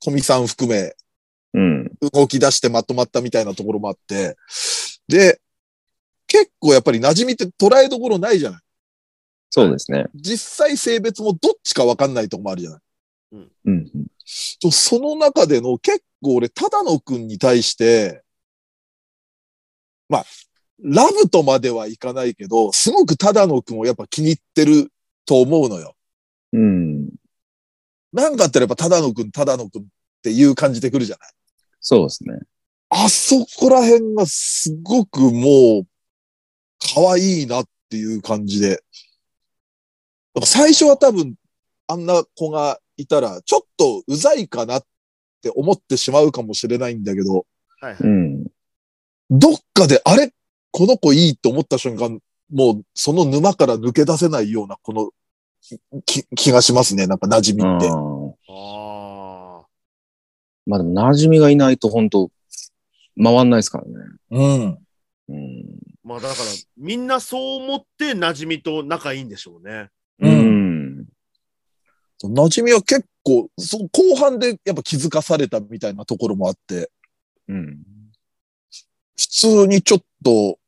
S1: 小見さん含め、
S2: うん。
S1: 動き出してまとまったみたいなところもあって、で、結構やっぱり馴染みって捉えどころないじゃない
S2: そうですね。
S1: 実際性別もどっちかわかんないとこもあるじゃない。
S2: うん。
S1: とその中での結構俺、ただのくんに対して、まあ、ラブとまではいかないけど、すごくただのくんをやっぱ気に入ってると思うのよ。
S2: うん。
S1: なんかあったらやっぱただのくん、ただのくんっていう感じでくるじゃない。
S2: そうですね。
S1: あそこら辺がすごくもう、可愛いなっていう感じで。なんか最初は多分、あんな子がいたら、ちょっとうざいかなって思ってしまうかもしれないんだけど、
S3: はいはい
S2: うん。
S1: どっかで、あれこの子いいって思った瞬間、もうその沼から抜け出せないような、この、き気がしますね。なんか馴染み
S2: あ
S1: って。
S2: ー
S3: あ
S2: まあでも、馴染みがいないと本当回んないですからね。
S1: うん。
S2: うん。。
S3: ーまあだから、みんなそう思って馴染みと仲いいんでしょうね。
S1: うん馴染みは結構、そ後半でやっぱ気づかされたみたいなところもあって、
S2: うん。
S1: 普通にちょっと、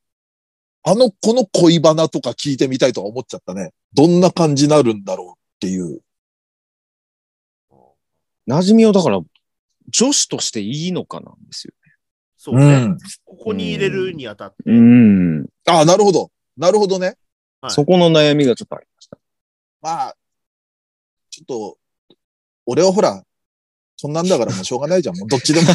S1: あの子の恋バナとか聞いてみたいとは思っちゃったね。どんな感じになるんだろうっていう。
S2: 馴染みをだから、女子としていいのかなんですよ。
S3: そうね。
S1: うん
S3: ここに入れるにあたって。
S2: ん。
S1: ああ、なるほど。なるほどね。
S3: はい
S2: そこの悩みがちょっとありました。
S1: まあ、ちょっと、俺はほら、そんなんだから
S3: [laughs]
S1: もうしょうがないじゃん。もうどっちでも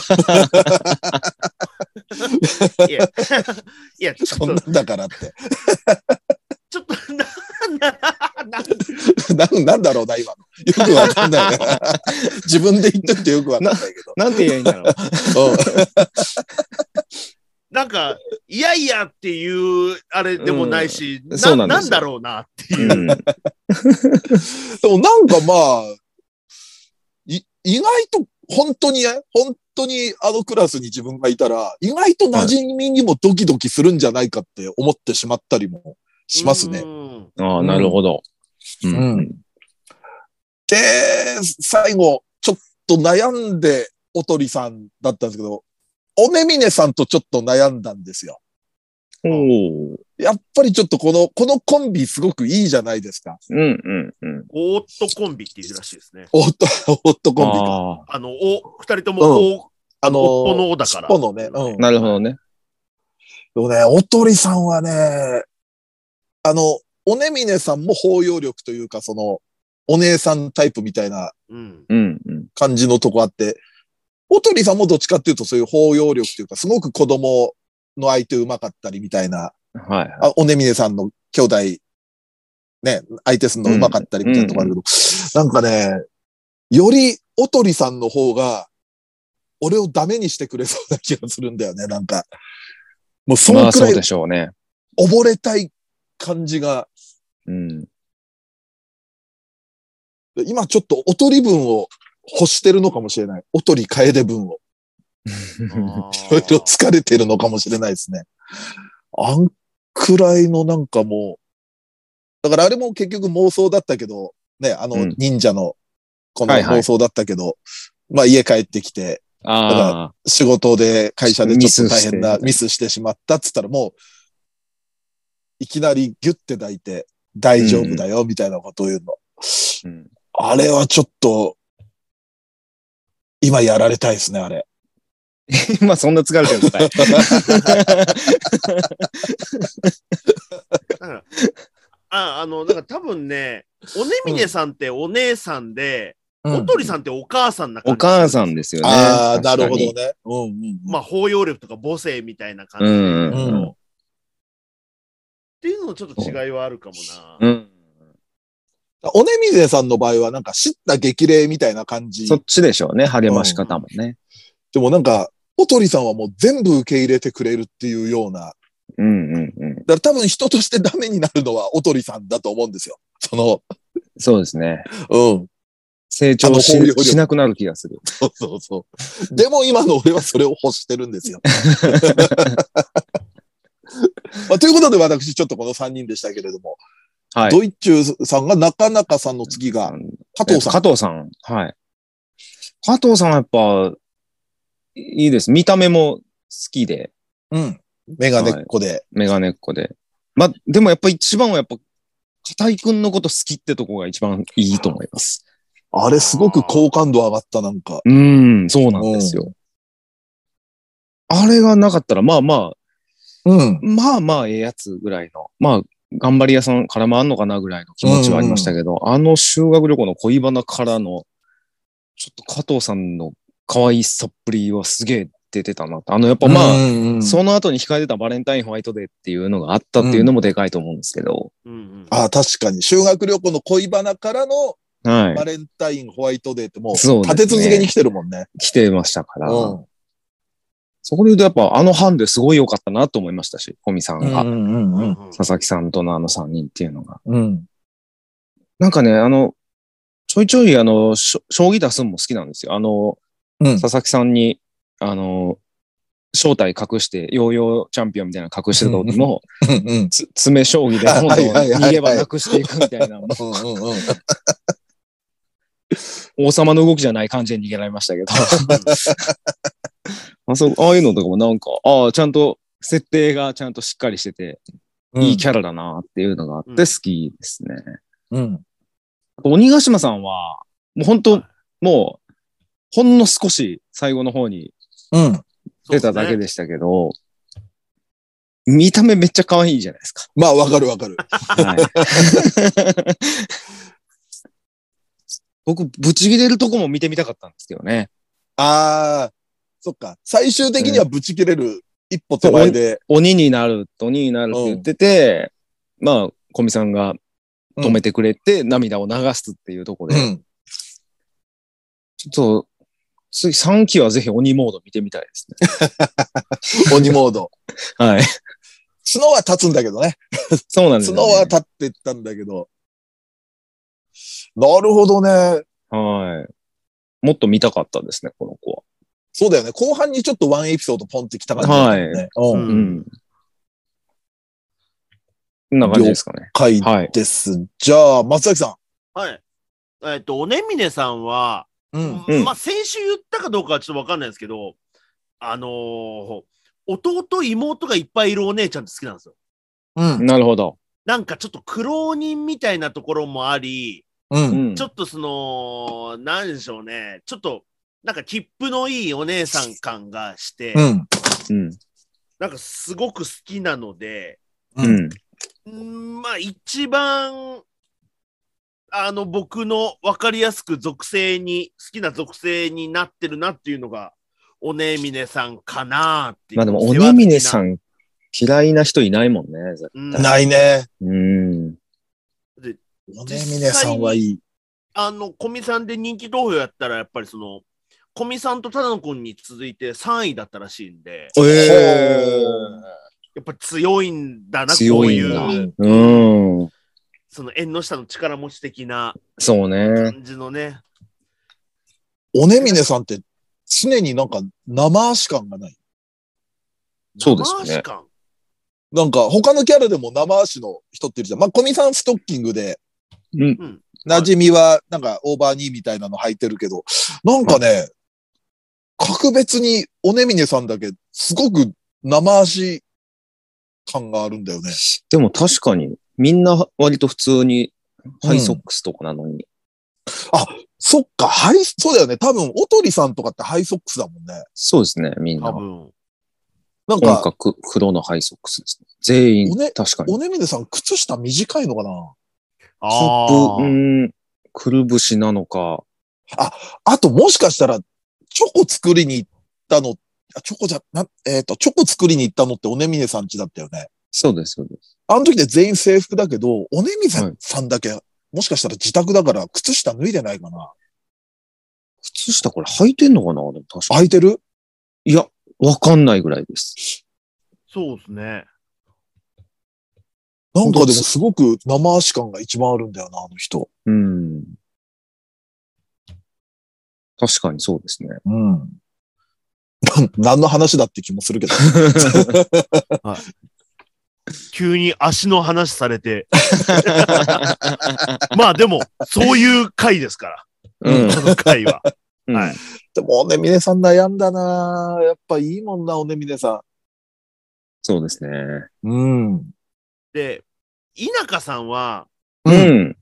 S3: いや、 [laughs] いやちょ
S1: そ
S3: っ
S1: ん
S3: と
S1: な、んだからって。 [laughs]
S3: ちょっと、な、な、な、
S1: なんなんだろうな、今の。よくわかん
S3: [laughs]
S1: ない。自分で言ってってよくわかんないけど。
S2: なんて言えばいいんだろう。
S1: うん
S3: なんか、いやいやっていう、あれでもないし、
S2: うん
S3: な
S2: そうな
S3: なんん
S2: ですよ
S3: だろうなっていう。
S2: [laughs] うん
S1: でもなんかまあ、い意外と、本当にね、本当にあのクラスに自分がいたら、意外と馴染みにもドキドキするんじゃないかって思ってしまったりもしますね
S3: う。ん
S2: ああ、なるほど。うん
S1: うんで、最後、ちょっと悩んで、おとりさんだったんですけど、おめみねさんとちょっと悩んだんですよ。
S2: おお。
S1: やっぱりちょっとこの、このコンビすごくいいじゃないですか。
S2: うんうんうん。
S3: オートコンビっていうらしいですね。
S1: オット、オットコンビか。
S2: あ
S3: あの、お、二人と
S1: うん
S3: も、お、
S1: あのー、
S3: 尾っぽの尾だから
S1: 尻尾のね。うん
S2: あ。。なるほどね。
S1: でもね、おとりさんはね、あの、おねみねさんも包容力というか、その、お姉さんタイプみたいな
S3: うん。
S2: うんうん。
S1: 感じのとこあって、おとりさんもどっちかっていうとそういう包容力というか、すごく子供の相手うまかったりみたいな、
S2: はいはい。
S1: あおねみねさんの兄弟、ね、相手するのうまかったりみたいなとこあるけど、なんかね、よりおとりさんの方が、俺をダメにしてくれそうな気がするんだよね、なんか。もうそ
S2: ま
S1: の
S2: あ
S1: く
S2: そ
S1: らいう
S2: でしょうね。
S1: 溺れたい感じが、
S2: [laughs] うん。
S1: 今ちょっとおとり分を欲してるのかもしれない。おとり楓分を。
S3: あ
S2: [laughs]
S1: いろいろ
S3: ー
S1: 疲れてるのかもしれないですね。あんくらいのなんかもう、だからあれも結局妄想だったけど、ね、あの
S2: うん
S1: 忍者のこの
S2: はいはい
S1: 妄想だったけど、まあ家帰ってきて、
S2: あ
S1: 仕事で会社でちょっと大変なミ
S2: ミ
S1: スしてしまったっつったらもう、いきなりギュッて抱いて大丈夫だよみたいなことを言うの。
S2: あ。うん
S1: あれはちょっと、今やられたいですね、あれ。
S2: [laughs] 今そんな疲れてる
S1: [laughs]
S2: のか
S3: だ
S2: い
S3: からあ、あの、だから多分ね、おねみねさんってお姉さんで、おとりさんってお母さんな感じ
S2: お母さんですよね。
S1: ああ、な
S2: 確か
S1: る
S2: に
S1: ほど。ね。うんうんうん
S3: まあ、包容力とか母性みたいな感
S2: う
S3: じ。
S2: ん
S3: っ
S2: うん
S1: うん
S3: ていうのもちょっと違いはあるかも
S2: う
S3: な。
S2: ん。
S1: おねみぜさんの場合は、なんか、叱咤激励みたいな感じ
S2: そ。っちでしょうね。励まし方もね。
S1: でもなんか、おとりさんはもう全部受け入れてくれるっていうような。
S2: うんうんうん。
S1: だから多分人としてダメになるのはおとりさんだと思うんですよ。その、
S2: そうですね。
S1: うん。
S2: 成長し
S1: あの包容力
S2: しなくなる気がする。
S1: そうそうそう。でも今の俺はそれを欲してるん [laughs] ですよ。まあ、ということで私、ちょっとこの3人でしたけれども、
S2: はい。
S1: ドイッチューさんが中中さんの次が加藤さん。
S2: 加藤さん。はい。加藤さんはやっぱ、いいです。見た目も好きで、
S1: うん。メガネっ子で。
S2: メガネっ子で。まあ、でもやっぱ一番はやっぱ、片井くんのこと好きってとこが一番いいと思います。
S1: あれすごく好感度上がった、なんか。
S2: うん、そうなんですよ。あれがなかったら、まあまあ、
S1: うん。
S2: まあまあええやつぐらいの、まあ、頑張り屋さんからもあんのかなぐらいの気持ちはありましたけど、あの修学旅行の恋バナからの、ちょっと加藤さんの可愛さっぷりはすげえ出てたなとあの、やっぱまあ、
S1: うんうんうん
S2: その後に控えてたバレンタインホワイトデーっていうのがあったっていうのもでかいと思うんですけど、
S3: うんうん
S1: ああ、確かに。修学旅行の恋バナからの
S2: はい
S1: バ。レンタイン、ホワイトデーってもう、
S2: そうです
S1: 立
S2: ね
S1: て続けに来てるもんね。
S2: 来てましたから、
S1: うん
S2: そこで言うとやっぱあの班ですごい良かったなと思いましたし、小見さん
S1: うん
S2: が、
S1: うんうん
S3: うん
S2: 佐々木さんとのあの3人っていうのが。
S1: うん。
S2: なんかね、あの、ちょいちょい、あの、しょ将棋出すんも好きなんですよ。あの、
S1: うん
S2: 佐々木さんに、あの、正体隠して、ヨーヨーチャンピオンみたいなの隠してた時も、
S1: うんうん。
S2: つ [laughs] 詰め将棋でどんどん
S1: はいはいはいはい
S2: 逃げ場なくしていくみたいな、もう
S1: うんうんうん
S2: 王様の動きじゃない感じで逃げられましたけど。あそうああいうのとかもなんか、ああ、ちゃんと、設定がちゃんとしっかりしてて、
S1: うん。
S2: いいキャラだなっていうのがあって
S3: うん
S2: 好きですね。
S1: うん。
S2: あと鬼ヶ島さんは、もう本当、もう、ほんの少し最後の方に
S1: うん。
S2: 出ただけ。でしたけど、見た目めっちゃ可愛いじゃないですか。
S1: まあ、わかるわかる。
S2: はい、 [laughs] 僕、ぶち切れるとこも見てみたかったんですけどね。
S1: ああ、そっか。最終的にはブチ切れる一歩手前で。
S2: 鬼になる、鬼になるって言ってて、まあ、小見さんが止めてくれて、涙を流すっていうところ
S1: う
S2: で、
S1: ん。
S2: ちょっと、次3期はぜひ鬼モード見てみたいですね。
S1: 鬼モード。
S2: はい。
S1: 角は立つんだけどね。
S2: そうなんですよ、ね。
S1: 角は立ってったんだけど。なるほどね。
S2: はい。もっと見たかったですね、この子
S1: そうだよね。後半にちょっとワンエピソードポンってきた感じだったよね。う
S2: は。
S1: ん。
S3: う
S2: うんん。こんな感じですかね。
S1: 書い
S2: はい。
S1: です。じゃあ、松崎さ
S3: はい。えっと、おねみねさんは、
S1: ん。うん。
S2: うん
S3: まあ、先週言ったかどうかはちょっとわかんないですけど、あのー弟、妹がいっぱいいるお姉ちゃんって好きなんですよ。
S1: うん。
S2: なるほど。
S3: なんかちょっと苦労人みたいなところもあり、
S1: うん。
S3: ちょっとその、なんでしょうね、ちょっと、なんか切符のいいお姉さん感がして、
S1: うん。
S2: うん。
S3: なんかすごく好きなので、
S1: う。
S2: うんん。
S3: うんまあ一番、あの僕の分かりやすく属性に、好きな属性になってるなっていうのが、おねみねさんかなっていう。
S2: まあでも、おねみね
S3: 世
S2: さ
S3: 話好き
S2: ん嫌いな人いないもんね。
S3: な。うん
S1: ないね。
S2: うん。
S1: おねみねさんはいい。
S3: あの、コミさんで人気投票やったら、やっぱりその、コミさんとタダノコンに続いて3位だったらしいんで、
S1: え
S3: やっぱり強いんだな、こ
S2: 強
S3: う
S2: い
S3: い
S2: んだ
S3: う、
S2: うん。
S3: その縁の下の力持ち的な
S2: そうね。
S3: 感じのね。
S1: おねみねさんって常になんか生足感がない。
S2: そうですよね
S3: 生足感
S1: なんか他のキャラでも生足の人っているじゃん。まあ、コミさんストッキングで、
S2: うん。
S1: 馴染みはなんかオーバーニーみたいなの履いてるけど、なんかね、格別におねみねさんだけすごく生足感があるんだよね。
S2: でも確かに、みんな割と普通にハイソックスとかなのに。
S1: そっか、ハイ、そうだよね。多分、おとりさんとかってハイソックスだもんね。
S2: そうですね、みん
S3: 多
S2: な。
S3: 分。
S1: なん
S2: 本
S1: か、
S2: 格黒のハイソックスですね。全
S1: お
S2: 員、
S1: ね
S2: 確かに。
S1: おねみねさん靴下短いのかな
S3: あ
S2: う
S3: ー
S2: ん。くるぶしなのか。
S1: あと、もしかしたら、チョコ作りに行ったの、あチョコじゃ、な、えっ、と、チョコ作りに行ったのっておねみねさんちだったよね。
S2: そうです、そうです。
S1: あの時で全員制服だけど、おねみさ
S2: は
S1: ん
S2: い
S1: さんだけ、もしかしたら自宅だから靴下脱いでないかな
S2: 靴下これ履いてんのかなでも確かに。
S1: 履いてる
S2: いや、わかんないぐらいです。
S3: そうですね。
S1: なんかで
S2: 本当
S1: も
S2: です
S1: すごく生足感が一番あるんだよな、あの人。
S2: うん。確かにそう [laughs] ですね。
S1: うん。何の話だって気もするけど。
S3: 急に足の話されて。 [laughs] まあでも、そういう回ですから。
S2: うん
S3: この回は。
S2: はい。
S1: でも、おねみねさん悩んだなやっぱいいもんな、おねみねさ
S2: そうですね。
S1: ん。うん。
S3: で、稲香さんは、
S1: う
S2: うんん。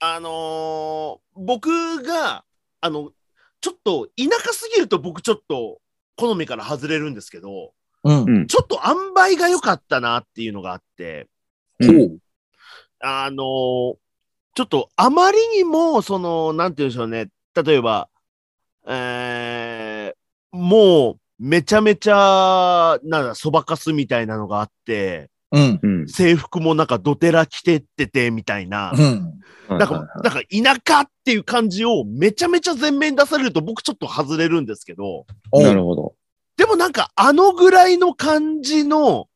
S3: あのー僕が、あの、ちょっと、田舎すぎると僕ちょっと、好みから外れるんですけど、
S1: うん。
S2: うん
S3: ちょっと塩梅が良かったなっていうのがあって、
S1: ほう。
S3: あのーちょっとあまりにも、その、なんて言うんでしょうね。例えば、えー、もう、めちゃめちゃ、なんだ、そばかすみたいなのがあって、
S1: うん。
S2: うん。
S3: 制服もなんかドテラ着てってて、みたいな。
S1: うん。
S3: な
S2: なん
S3: か、なんか田舎っていう感じをめちゃめちゃ前面に出されると僕ちょっと外れるんですけど、
S2: なる
S1: ほ
S2: ほど。
S3: でもなんかあのぐらいの感じの、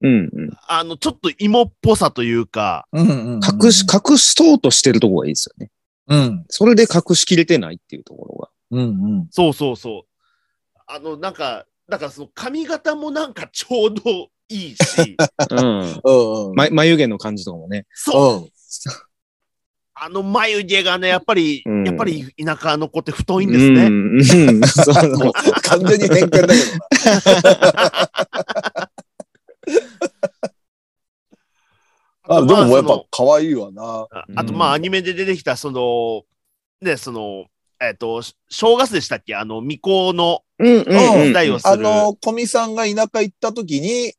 S2: うんうん。
S3: あの、ちょっと芋っぽさというか、
S1: ど。うん。
S2: 隠し、、隠そうとしてるとこがいいですよね。
S1: うん。
S2: それで隠しきれてないっていうところ
S1: うん。うん。
S3: そうそうそう。あの、なんか、だからその髪型もなんかちょうどいいし、
S2: が。うん。
S1: うん。
S2: [laughs] ま、眉毛の感じとかもね。
S3: そう、
S1: うん。
S3: あの眉毛がね、やっぱり、
S2: うん
S3: やっぱり田舎の子って太
S2: い
S3: いんですね。
S2: [laughs] うん。そうそう
S1: 完全に偏見だけど。あ、
S3: と
S1: で
S3: ま
S1: もやっ
S3: そ
S1: ぱ
S3: の
S1: 可愛いわな。
S3: ああと、まあ、
S2: うん
S3: アニメで出てきた、その、ね、その、えっ、と、し正月でしたっけあの、未婚の
S2: うんう
S1: うん
S2: んうん。
S3: 二重をする。
S1: あの、小見さんが田舎行った時に、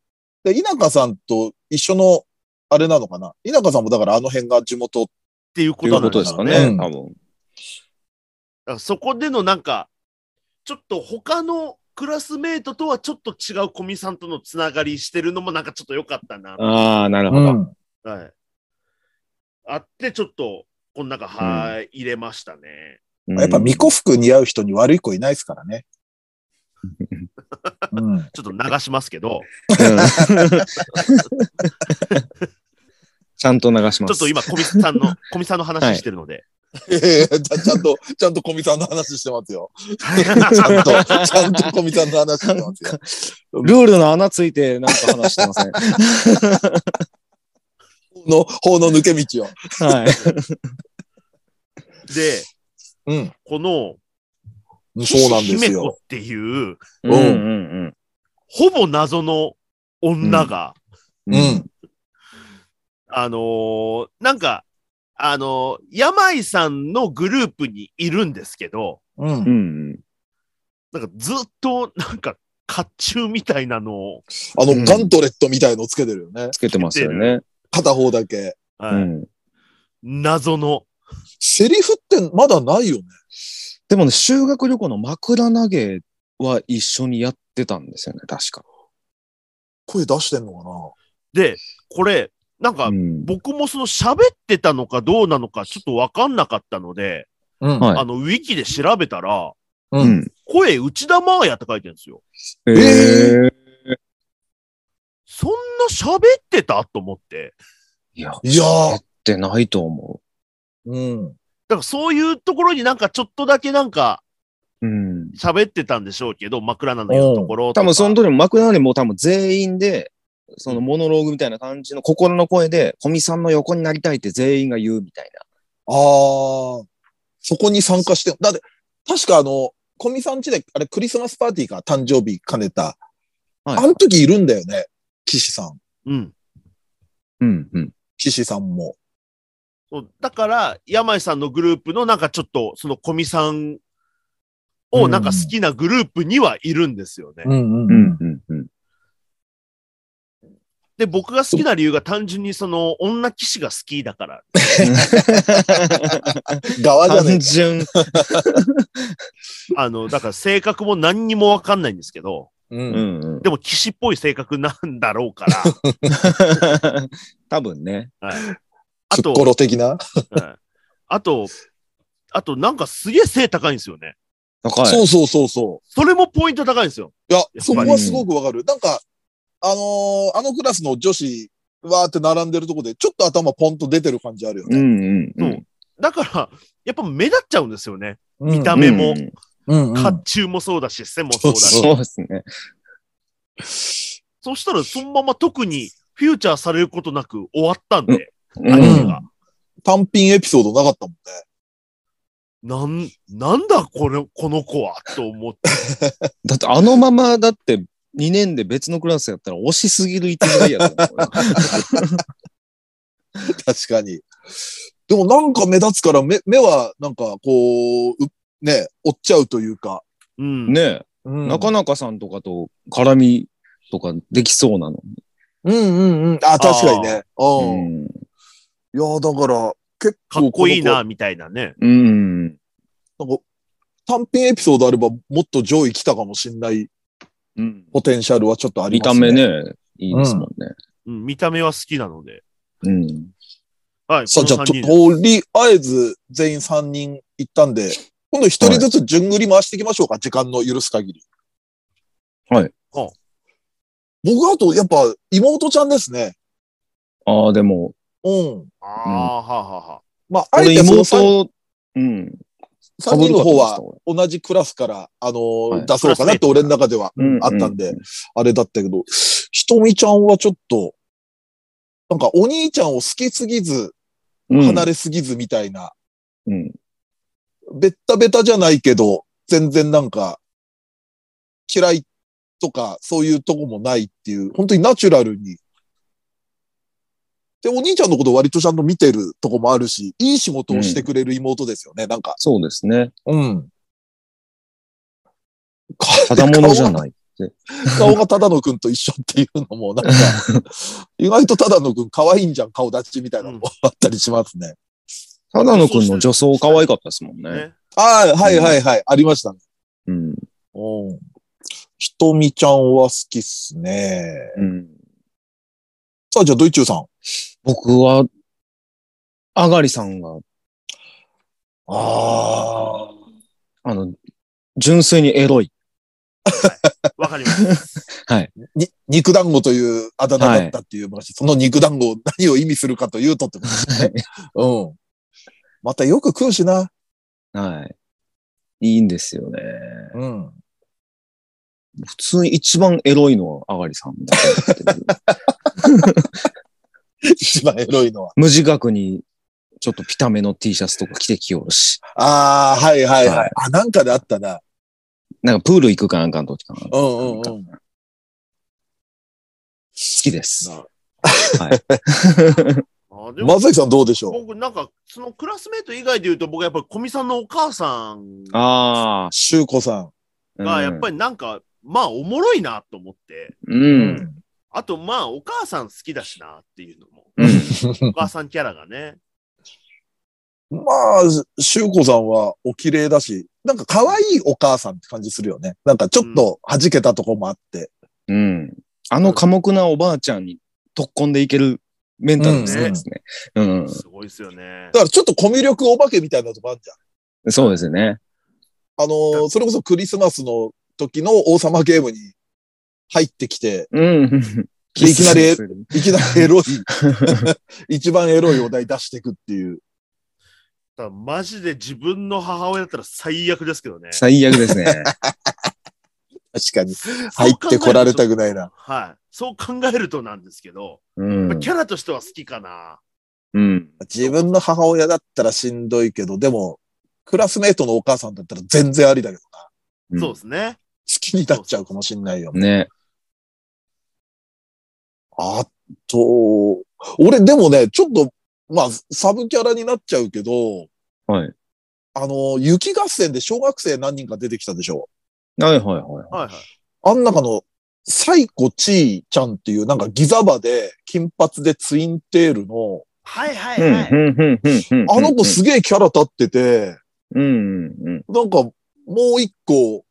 S1: で稲香さんと一緒の、あれなのかな稲香さんもだからあの辺が地元。
S3: っていう
S2: と
S3: こ
S2: いう
S3: とな
S2: こ
S3: んで
S2: と
S3: す
S2: です
S3: か
S2: か
S3: ね。
S2: ね。
S1: うん
S2: 多分。
S3: だからそこでのなんか、ちょっと他のクラスメートとはちょっと違う小見さんとのつながりしてるのもなんかちょっと良かったな。
S2: ああ、なるほど。
S1: ん。
S3: はい。あって、ちょっと、この中、はい、入れましたね。
S1: やっぱ巫女服似合う人に悪い子いないですからね。うん。
S3: ちょっと流しますけど、
S2: [laughs] ちゃんと流します。
S3: ちょっと今、小見さ
S1: [laughs]
S3: んの、小見さんの話してるので。
S1: いやいやちゃ [laughs] ちゃんと、ちゃんと小見さんの話してますよ。ちゃんと、ちゃんと小見さんの話してますよ。
S2: ルールの穴ついてなんか話してません。
S1: の、法の抜け道を。
S2: はい。
S3: で、
S1: うん。
S3: この、
S1: そうなんです
S3: 姫子
S1: よ。
S3: っていう、
S1: うん
S2: うん
S3: ほぼ謎の女が、
S2: う。
S1: うんん。
S3: あのーなんか、あのー、山井さんのグループにいるんですけど、
S1: う。
S2: うんん。
S3: なんかずっと、なんか、甲冑みたいなのを、
S1: あ
S2: うん
S1: の、ガントレットみたいのつけてるよね。
S2: つけてますよね。
S1: 片方だけ。
S2: う
S3: はい
S2: ん。
S3: 謎の、
S1: セリフってまだないよね。
S2: でもね、修学旅行の枕投げは一緒にやってたんですよね、確か。
S1: 声出してんの
S3: で、これ、なんか
S2: う、ん。
S3: 僕もその喋ってたのかどうなのかちょっとわかんなかったので、
S1: かなうん
S2: はい
S3: あの、ウィキで調べたら、
S1: う。
S2: うんん。
S3: 声内田真也って書いてるんですよ。
S2: え
S1: え
S2: ー。
S3: そんな喋ってたと思って。
S2: いや、
S1: いやー
S2: 知ってないと思
S1: うん。
S3: だからそういうところになんかちょっとだけなんか
S2: う。うん。
S3: 喋ってたんでしょうけど、枕なの言うところと
S2: 多
S3: か。
S2: 分その時も枕投げも多分全員で、そのモノローグみたいな感じの心の声で、古見さんの横になりたいって全員が言うみたいな。
S1: あー。そこに参加して、だって、確かあの、コミさんちで、あれクリスマスパーティーか、誕生日兼ねた。
S2: はい
S1: あの時いるんだよね。岸さん。
S3: うん。
S2: うん、うん。
S1: 岸さんも。
S3: そうだから、山井さんのグループのなんかちょっと、その古見さんをなんか好きなグループにはいるんですよね。
S1: ん
S2: う。ん、うん、うん。
S3: で、僕が好きな理由が単純にその女騎士が好きだから。
S1: 側じゃねえ
S2: [laughs] 単
S1: か。
S2: 純。
S3: あの、だから性格も何にもわかんないんですけど、
S1: う。
S2: うんん、うん。
S3: でも騎士っぽい性格なんだろうから。
S1: [laughs]
S2: 多分ね。
S3: はい、あ
S1: ツ
S3: と
S1: ッ、コロ的な。
S3: はいあと、あとなんかすげえ背高いんですよね。
S2: 高い。
S1: そうそうそうそ
S3: それもポイント高いんですよ。
S1: う。いや、
S3: り
S1: そこはすごくわかる。なんか、あのーあのクラスの女子、わーって並んでるとこで、ちょっと頭ポンと出てる感じあるよ
S2: う
S1: ね。
S2: ん、うん。
S3: そう
S2: うん
S3: だから、やっぱ目立っちゃうんですよね。見
S1: 見
S3: た目も
S2: うんうん
S1: うん、
S3: 甲冑もそうだし、背もそうだし。
S2: そうですね。
S3: そしたら、そのまま特にフューチャーされることなく終わったんで、
S2: うん
S3: アニメが。
S1: 単品エピソードなかったもんね。
S3: なん、なんだこれ、この子は、と思って。
S2: だってあのままだって2年で別のクラスやったら押しすぎる一台やと思 [laughs] うよ
S1: 確かに。でもなんか目立つから目、目はなんかこう、うね、追っちゃうというか。
S3: うん。
S2: ねえ、中中さんとかと絡みとかできそうなの。
S1: うんうんうん。あ、確かにね。
S2: う
S1: うん。
S2: ん。
S1: いや、だから、結構
S3: かっこいい
S1: の子
S3: な、みたいなね。
S2: うん。
S1: なんか単品エピソードあればもっと上位来たかもしんない
S2: うん、
S1: ポテンシャルはちょっとあり
S2: 見
S1: ま
S2: た
S1: すね。
S2: 目。ね、いいですもんね。
S3: うん、見た目は好きなので。
S2: うん。
S3: はい、
S1: さあ、じゃ
S3: こ
S1: あ、と
S3: の三人で
S1: とりあえず全員3人行ったんで、今度1人ずつ順繰り回していきましょうか、時間の許す限り。
S2: はい
S3: あ
S1: 僕あと、やっぱ、妹ちゃんですね。
S2: ああ、でも、
S1: うん。
S3: ああ、はあはあはあ。
S1: まあ、あえ
S2: 俺
S1: てその 3,
S2: 妹、うん。
S1: 3人の方
S2: 被るか
S1: は
S2: と思って
S1: 同じクラスから、あのー
S2: はい
S1: 出そうかなって俺の中では
S2: た俺
S1: あったんで、あれだったけど、ひとみちゃんはちょっと、なんかお兄ちゃんを好きすぎず、
S2: うん
S1: 離れすぎずみたいな、
S2: うん。
S1: ベッタベタじゃないけど、全然なんか、嫌いとか、そういうとこもないっていう、本当にナチュラルに。で、お兄ちゃんのこと割とちゃんと見てるとこもあるし、いい仕事をしてくれる妹ですよね、なんか。
S2: そうですね。
S1: うん。
S2: [laughs] ただものじゃ
S1: い。
S2: ない。
S1: 顔がただのくんと一緒っていうのも、なん [laughs] か、意外とただのくん可愛いんじゃん、顔立ちみたいなのもあったりしますね。
S2: ただのくんの女装可愛かったですもんね。
S3: ね
S1: ああ、はいはいはい、ありましたね。
S2: うん。
S1: うん。ひとみちゃんは好きっすね。
S2: うん。
S1: さあ、じゃあ、ドイチューさん。
S2: 僕は、あがりさんが、
S1: ああ。
S2: あの、純粋にエロい。
S3: わかります。
S2: [laughs]
S1: に、肉団子というあだ名だったっていう話、その肉団子、何を意 [laughs] 味するかというとってことですね。うん。またよく食うしな。
S2: はい。いいんですよね。
S1: うん。 [laughs]
S2: 普通に一番エロいのはあがりさんだと思ってる
S1: 一番エロいのは。
S2: 無自覚に、ちょっとピタめの T シャツとか着てきよるし。
S1: ああ、はいはいはい。
S2: はい
S1: あ、なんかであったな。
S2: なんかプール行くかなんかの時かな。
S1: うんう
S2: なん
S1: ん
S2: か
S1: う
S2: 好
S1: ん。
S2: きです。
S1: な
S2: はい。
S3: あでも
S1: 松崎さんどうでしょう
S3: 僕なんか、そのクラスメート以外で言うと、僕はやっぱり小見さんのお母さん
S2: あ
S1: 修子さ
S2: あ。
S3: が、やっぱ
S2: り。
S3: りなんか、まあおもろいなと思って、
S1: ん。
S2: うん。
S3: あとまあお母さん好きだしなっていうのも、
S2: うん
S3: お母さんキャラがね。
S1: [laughs] まあ、修子さんはお綺麗だし、なんか可愛いお母さんって感じするよね。なんかちょっと弾けたとこもあって。
S2: うん。あの寡黙なおばあちゃんに突っ込んでいけるメンタルの強いですね。うん。
S3: すごいですよね
S1: だ。からちょっとコミュ力お化けみたいなとこあるじゃん。
S2: そうですね。
S1: あのーそれこそクリスマスの時の王様ゲームに入ってきて、
S2: うん。
S1: いきなり、いきなりエロい、一番エロいお題出していくっていう。
S3: ただマジで自分の母親だったら最悪ですけど
S2: [laughs]
S3: ね。
S2: 最悪ですね。
S1: 確かに。
S3: そう
S1: 入
S3: 考え
S1: っ
S3: る
S1: て
S3: と
S1: こられたぐらいな。
S3: はい。そう考えるとなんですけど、
S2: うん
S3: まあ。キャラとしては好きかな。
S2: うん。
S1: 自分の母親だったらしんどいけど、でも、クラスメイトのお母さんだったら全然ありだけどな。好
S2: うん
S3: そうですね。
S1: きになっちゃうかもしんないよ。
S2: ね。
S1: あと、俺でもね、ちょっと、まあ、サブキャラになっちゃうけど、
S2: はい。
S1: あの、雪合戦で小学生何人か出てきたでしょ。
S2: はいはいは
S3: は
S2: い。
S3: いはい。
S1: あん中の、サイコチーちゃんっていう、なんかギザバで、金髪でツインテールの、
S3: はいは
S2: う
S3: い
S2: ん
S3: はい。
S2: うんうんうん
S1: あの子すげえキャラ立ってて、
S2: うんうん
S1: なんか、もう一個、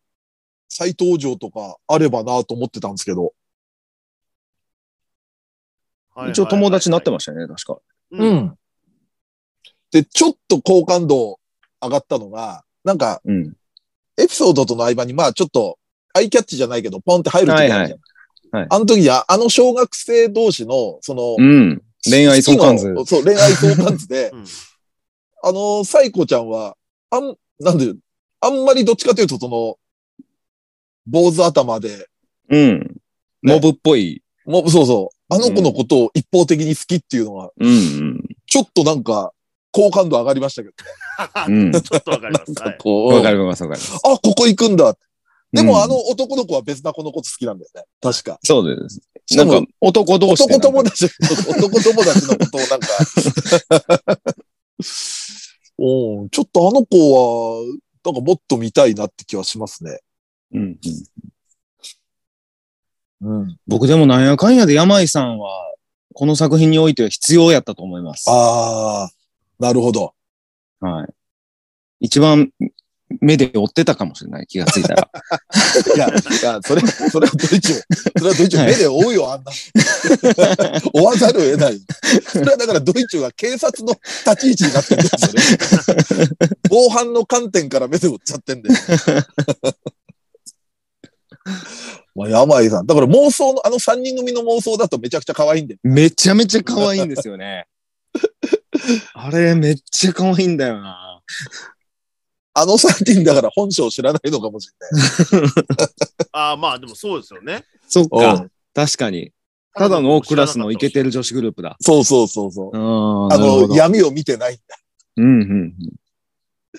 S1: 再登場とかあればなと思ってたんですけど。
S3: は
S2: う
S3: い
S2: ん。一応友達になってましたよね、確か。
S3: す。うん。、
S1: ん。で、ちょっと好感度上がったのが、なんか、
S2: うん。
S1: エピソードとの合間に、まあちょっと、アイキャッチじゃないけど、ポンって入る時あるじゃん。
S2: はいはいはい
S1: あの時に、ああの小学生同士の、その
S2: う、ん。恋愛相関図
S1: 好きのそう、恋愛相関図で
S3: うん
S1: あの、サイコちゃんは、あん、なんで、あんまりどっちかというと、その、坊主頭で、
S2: うん。モブっぽい。
S1: もう、そうそう。あの子のことを一方的に好きっていうのは、
S2: うん
S1: ちょっとなんか、好感度上がりましたけど。
S2: [laughs] うん。
S3: ちょっとわかります。
S1: な
S3: は
S1: んか
S3: い
S1: こ
S2: う
S1: う、
S2: ん。わかるわかるわかる。
S1: あ、ここ行くんだ。でも、
S2: うん
S1: あの、男の子は別な子のこと好きなんだよね。確か。
S2: そうです。
S1: し
S2: な
S1: か
S2: ん
S1: も
S2: か、男同士で
S1: 男
S2: なんか。
S1: 友達、男友達のことをなんか。
S2: [laughs]
S1: うん、ちょっとあの子は、なんかもっと見たいなって気はしますね。
S2: うんうん。
S1: うん。
S2: 僕でもなんやかんやで山井さんは、この作品においては必要やったと思います。
S1: ああ、なるほど。
S2: はい。一番目で追ってたかもしれない気がついたら。
S1: いや、いや、それ、それはどいちも、それはどいちも目で追うよ、あんな。 [laughs] 追わざるを得ない。それはだからドイツが警察の立ち位置になってるんですよね。防犯の観点から目で追っちゃってんだよ。 [laughs] まあ、やばいさん。だから妄想の、あの三人組の妄想だとめちゃくちゃ可愛いんで。
S2: [laughs] めちゃめちゃ可愛いんですよね。 [laughs] あれ、めっちゃ可愛いんだよな。
S1: あの三人だから本性を知らないのかもし
S3: [laughs] ああ、まあでもそうですよね。
S2: そっ
S1: れない。う
S2: か。
S1: ん
S2: 確かに。ただのクラスのイケてる女子グループだ。
S1: そうそうそうそう。
S2: あ
S1: あの、
S2: の、や、
S1: 闇を見てないんだ。
S2: うんうん
S1: [laughs]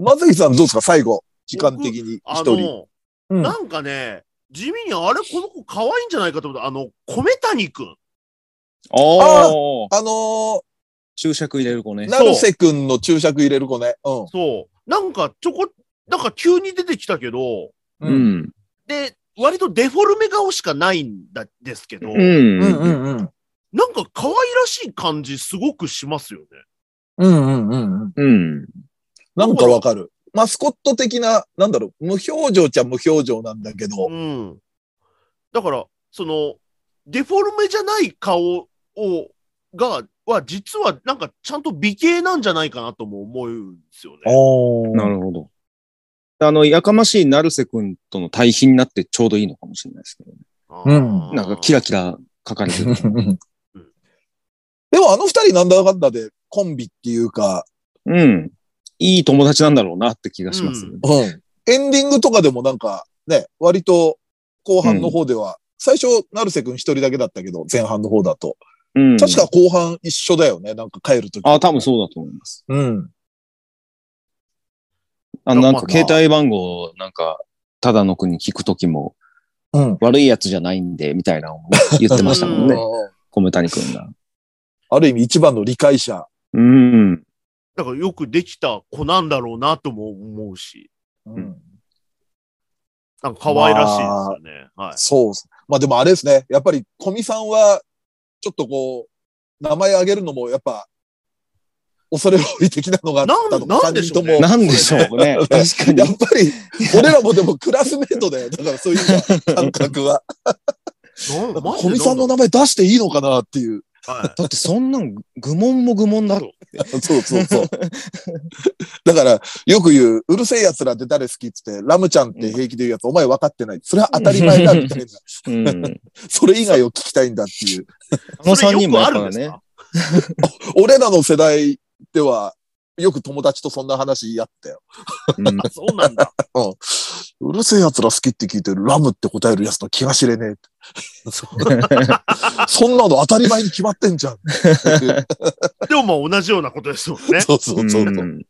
S1: 松井さんどうですか最後。時間的に一
S3: あ
S1: 人。
S3: の、
S1: うん
S3: なんかね、地味にあれ、この子可愛いんじゃないかと思った。あの、米谷くん。
S2: うん。おー
S1: あのー、
S2: 注釈入れる子ね。
S1: 成瀬くんの注釈入れる子ね。うん。
S3: そう。なんかちょこ、なんか急に出てきたけど、
S2: う
S1: うん
S2: ん。
S3: で、割とデフォルメ顔しかないんだですけど、
S2: うんうん
S1: うんう
S2: うん。
S1: んうん。
S3: なんか可愛らしい感じすごくしますよね。
S1: うんうんうんうん。
S2: うん。
S1: なんかわかる。マスコット的な、なんだろう、無表情ちゃ無表情なんだけど、
S3: うん。だから、その、デフォルメじゃない顔を、が、は、実はなんかちゃんと美形なんじゃないかなとも思うんですよね。
S1: お
S2: なるほど。あの、やかましい成瀬くんとの対比になってちょうどいいのかもしれないですけどね。
S1: うん
S3: あー
S2: なんかキラキラ書かれ [laughs] てる。
S1: [laughs] でもあの二人なんだかんだでコンビっていうか、
S2: うん。いい友達なんだろうなって気がします。
S3: う
S1: うん。エンディングとかでもなんか、ね、割と後半の方では、最初、成瀬くん一人だけだったけど、前半の方だと。
S2: うん。
S1: 確か後半一緒だよね、なんか帰るとき。
S2: あ、多分そうだと思います。
S1: うん。
S2: あ
S3: いや
S2: なんか
S3: まあ
S2: 携帯番号をなんか、ただのくに聞くときも、
S1: うん。
S2: [laughs] 悪いやつじゃないんで、みたいなのを言ってましたもん
S3: う
S2: ね。米谷くんが。
S1: ある意味一番の理解者。
S2: うん。
S3: だからよくできた子なんだろうなとも思うし、
S1: うん、
S3: なんか可愛らしいですよね。はい。
S1: そうっす。まあでもあれですね。やっぱり、古見さんは、ちょっとこう、名前挙げるのも、やっぱ、恐れ多い的なのがあったの
S3: なんなんでしょう
S1: 三人
S3: ね
S1: とも
S2: なんでしょうね。 [laughs] 確か
S1: [laughs] や
S2: に
S1: っ。ぱり、俺らもでもクラスメートだよ。だからそう
S2: [laughs]
S1: いう感覚は。
S3: なんマジ
S1: 古
S3: で
S1: 見さんの
S3: なんだ
S1: 名前出していいのかなっていう。
S3: はい
S2: だってそんなん愚問も愚問だろ。
S1: そうそうそう。だから、よく言う、うるせえ奴らって誰好きっつって、ラムちゃんって平気で言うやつ、お前分かってない。それは当たり前だ、みたいな。 [laughs]
S2: うん。
S1: それ以外を聞きたいんだっていう。
S2: あの
S3: それ
S2: 三人も
S3: よく
S2: や
S3: あ
S2: っ
S3: る
S2: ぱ
S3: んです
S2: ね
S3: か。
S1: 俺らの世代では、よく友達とそんな話やったよ。
S2: うん
S3: あそうなんだ。
S1: うん。うるせえ奴ら好きって聞いてるラムって答える奴の気が知れねえって。そんなの当たり前に決まってんじゃ [laughs] ん。
S3: でもまあ同じようなことですもんね。
S1: そうそうそうそう、
S2: うん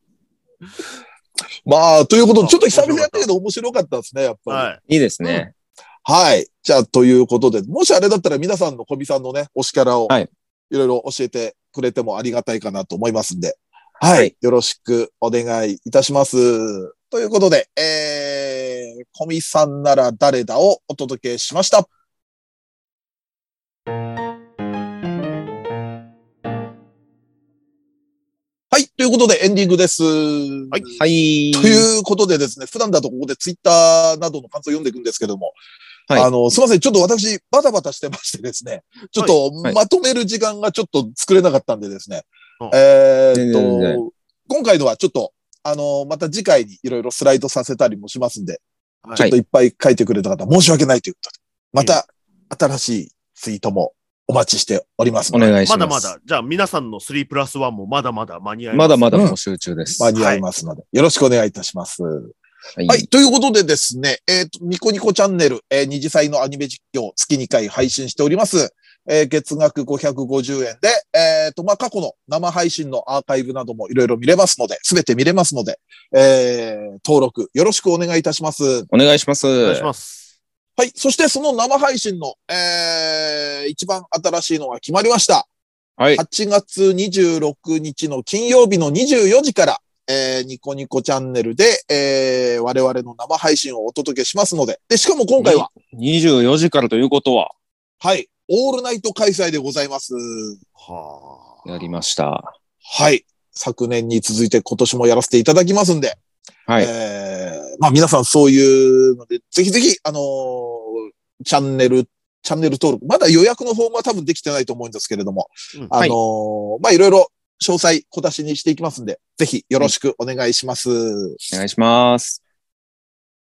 S1: まあ、ということで、ちょっと久々やったけど面白かったですね、やっぱり。
S3: はい。
S2: いいですね。
S1: はい。じゃあ、ということで、もしあれだったら皆さんの小見さんのね、推しキャラを、
S2: はい
S1: い。ろいろ教えてくれてもありがたいかなと思いますんで、はい。
S2: はい
S1: よろしくお願いいたします。ということで、えー、小見さんなら誰だをお届けしました。はい。ということで、エンディングです。はい
S2: はい。
S1: ということでですね、普段だとここでツイッターなどの感想を読んでいくんですけども、
S2: はい
S1: あの、すみません、ちょっと私、バタバタしてましてですね、ちょっ
S2: は
S1: と
S2: い
S1: まとめる時間がちょっと作れなかったんでですね、
S3: うん
S1: えー
S2: 全然全然
S1: っと、今回のはちょっと、あの、また次回にいろいろスライドさせたりもしますんで、
S3: はい
S1: ちょっといっぱい書いてくれた方、申し訳ないということで、また新しいツイートもお待ちしております
S2: お
S1: ので、
S2: 願いし
S3: ま
S2: ます。
S3: だまだ、じゃあ皆さんの3プラス1もまだまだ間に合い
S2: まだ
S3: だ。
S2: まだ募集中です。
S1: 間に合いますので、よろしくお願いいたします。
S2: はい
S1: はい。ということでですね、えっ、と、ニコニコチャンネル、えー二次祭のアニメ実況、月2回配信しております。えー月額550円で、えっ、と、まあ、過去の生配信のアーカイブなどもいろいろ見れますので、すべて見れますので、えー登録よろしくお願いいたします。
S2: お願いします。
S3: お願いします。
S1: はい。そしてその生配信の、えー一番新しいのが決まりました。
S2: はい。
S1: 8月26日の金曜日の24時から、えーニコニコチャンネルで、えー我々の生配信をお届けしますので、で、しかも今回は、
S2: 24時からということは、
S1: はい、オールナイト開催でございます。
S3: はあ。
S2: やりました。
S1: はい。昨年に続いて今年もやらせていただきますんで、
S2: はい。
S1: えーまあ皆さんそういうので、ぜひぜひ、あのーチャンネル、チャンネル登録、まだ予約のフォームは多分できてないと思うんですけれども、
S3: うん
S1: あ
S2: は
S1: の
S2: い
S1: ーまあいろいろ詳細小出しにしていきますんで、ぜひよろしくお願いします。
S2: お願いします。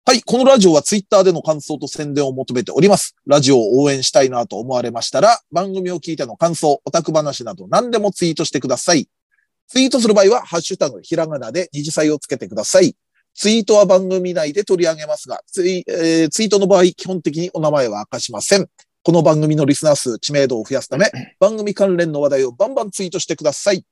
S1: はい。このラジオはツイッターでの感想と宣伝を求めております。ラジオを応援したいなと思われましたら、番組を聞いての感想、オタク話など何でもツイートしてください。ツイートする場合は、ハッシュタグ、ひらがなで二次祭をつけてください。ツイートは番組内で取り上げますが、ツイ,、えーツイートの場合、基本的にお名前は明かしません。この番組のリスナー数、知名度を増やすため、番組関連の話題をバンバンツイートしてください。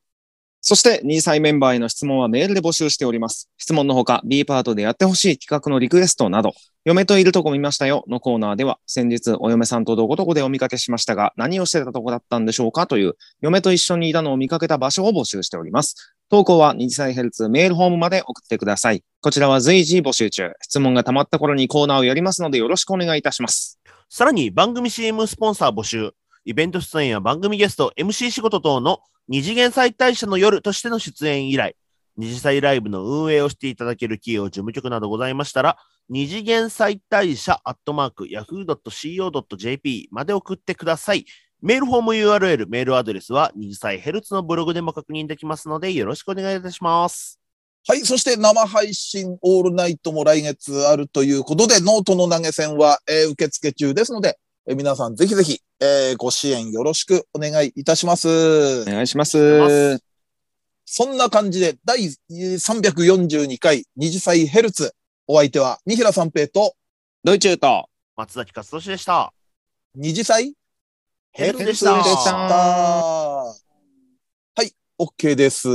S2: そして、2歳メンバーへの質問はメールで募集しております。質問のほか、B パートでやってほしい企画のリクエストなど、嫁といるとこ見ましたよのコーナーでは、先日お嫁さんとどこどこでお見かけしましたが、何をしてたとこだったんでしょうかという、嫁と一緒にいたのを見かけた場所を募集しております。投稿は2歳ヘルツメールホームまで送ってください。こちらは随時募集中。質問が溜まった頃にコーナーをやりますので、よろしくお願いいたします。
S3: さらに番組 CM スポンサー募集、イベント出演や番組ゲスト、MC 仕事等の二次元再大社の夜としての出演以来、二次祭ライブの運営をしていただける企業、事務局などございましたら、二次元再大社アットマーク yahoo.co.jp まで送ってください。メールフォーム URL、メールアドレスは二次祭ヘルツのブログでも確認できますので、よろしくお願いいたします。
S1: はい。そして生配信オールナイトも来月あるということで、ノートの投げ銭は、えー受付中ですので、えー皆さんぜひぜひ、えーご支援よろしくお願いいたします
S2: お。願いし
S3: 願
S2: ま
S3: いし
S2: す
S3: ま。
S1: そんな感じで、第342回二次祭ヘルツ。お相手は、三平三平と
S2: ドイチューと、
S3: 松崎勝利でした。
S1: 二次祭
S3: ヘルツでし。
S1: ヘルツでしたたはい。OK です。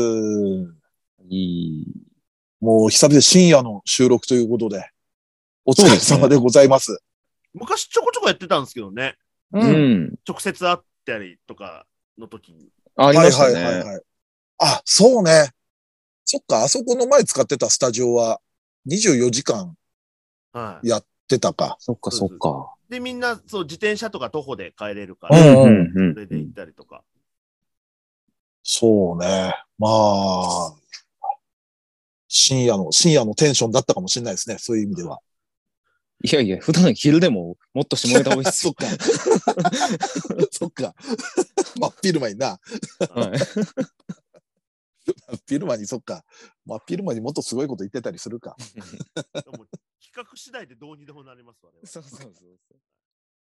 S2: いい
S1: もう久々で深夜の収録ということで、お疲れ様でございます。
S3: 昔ちょこちょこやってたんですけどね。
S2: うん。
S3: 直接会ったりとかの時に。
S2: あり
S1: は
S2: ま
S1: い
S2: した
S1: は
S2: ね。
S1: いはいはい。あ、そうね。そっか、あそこの前使ってたスタジオは24時間
S3: はい。
S1: やってたか。
S2: そっかそっか。
S3: で、みんな、そう、自転車とか徒歩で帰れるか
S1: う
S3: ら、
S1: ん
S2: うん
S3: それで行ったりと [laughs] か。
S1: そうね。まあ、深夜の、深夜のテンションだったかもしれないですね。そういう意味で
S2: [laughs]
S1: は。
S2: いやいや、普段昼でももっと下ネタ多いっす
S1: そ
S3: [laughs]
S2: よ
S1: っ。か。そっか。真っ昼間にな。
S3: [laughs]
S2: はい
S1: 真っ昼間に、そっか。真っ昼間にもっとすごいこと言ってたりするか。
S3: でも企画次第でどうにでもなりますわね。
S2: そうそうそうそう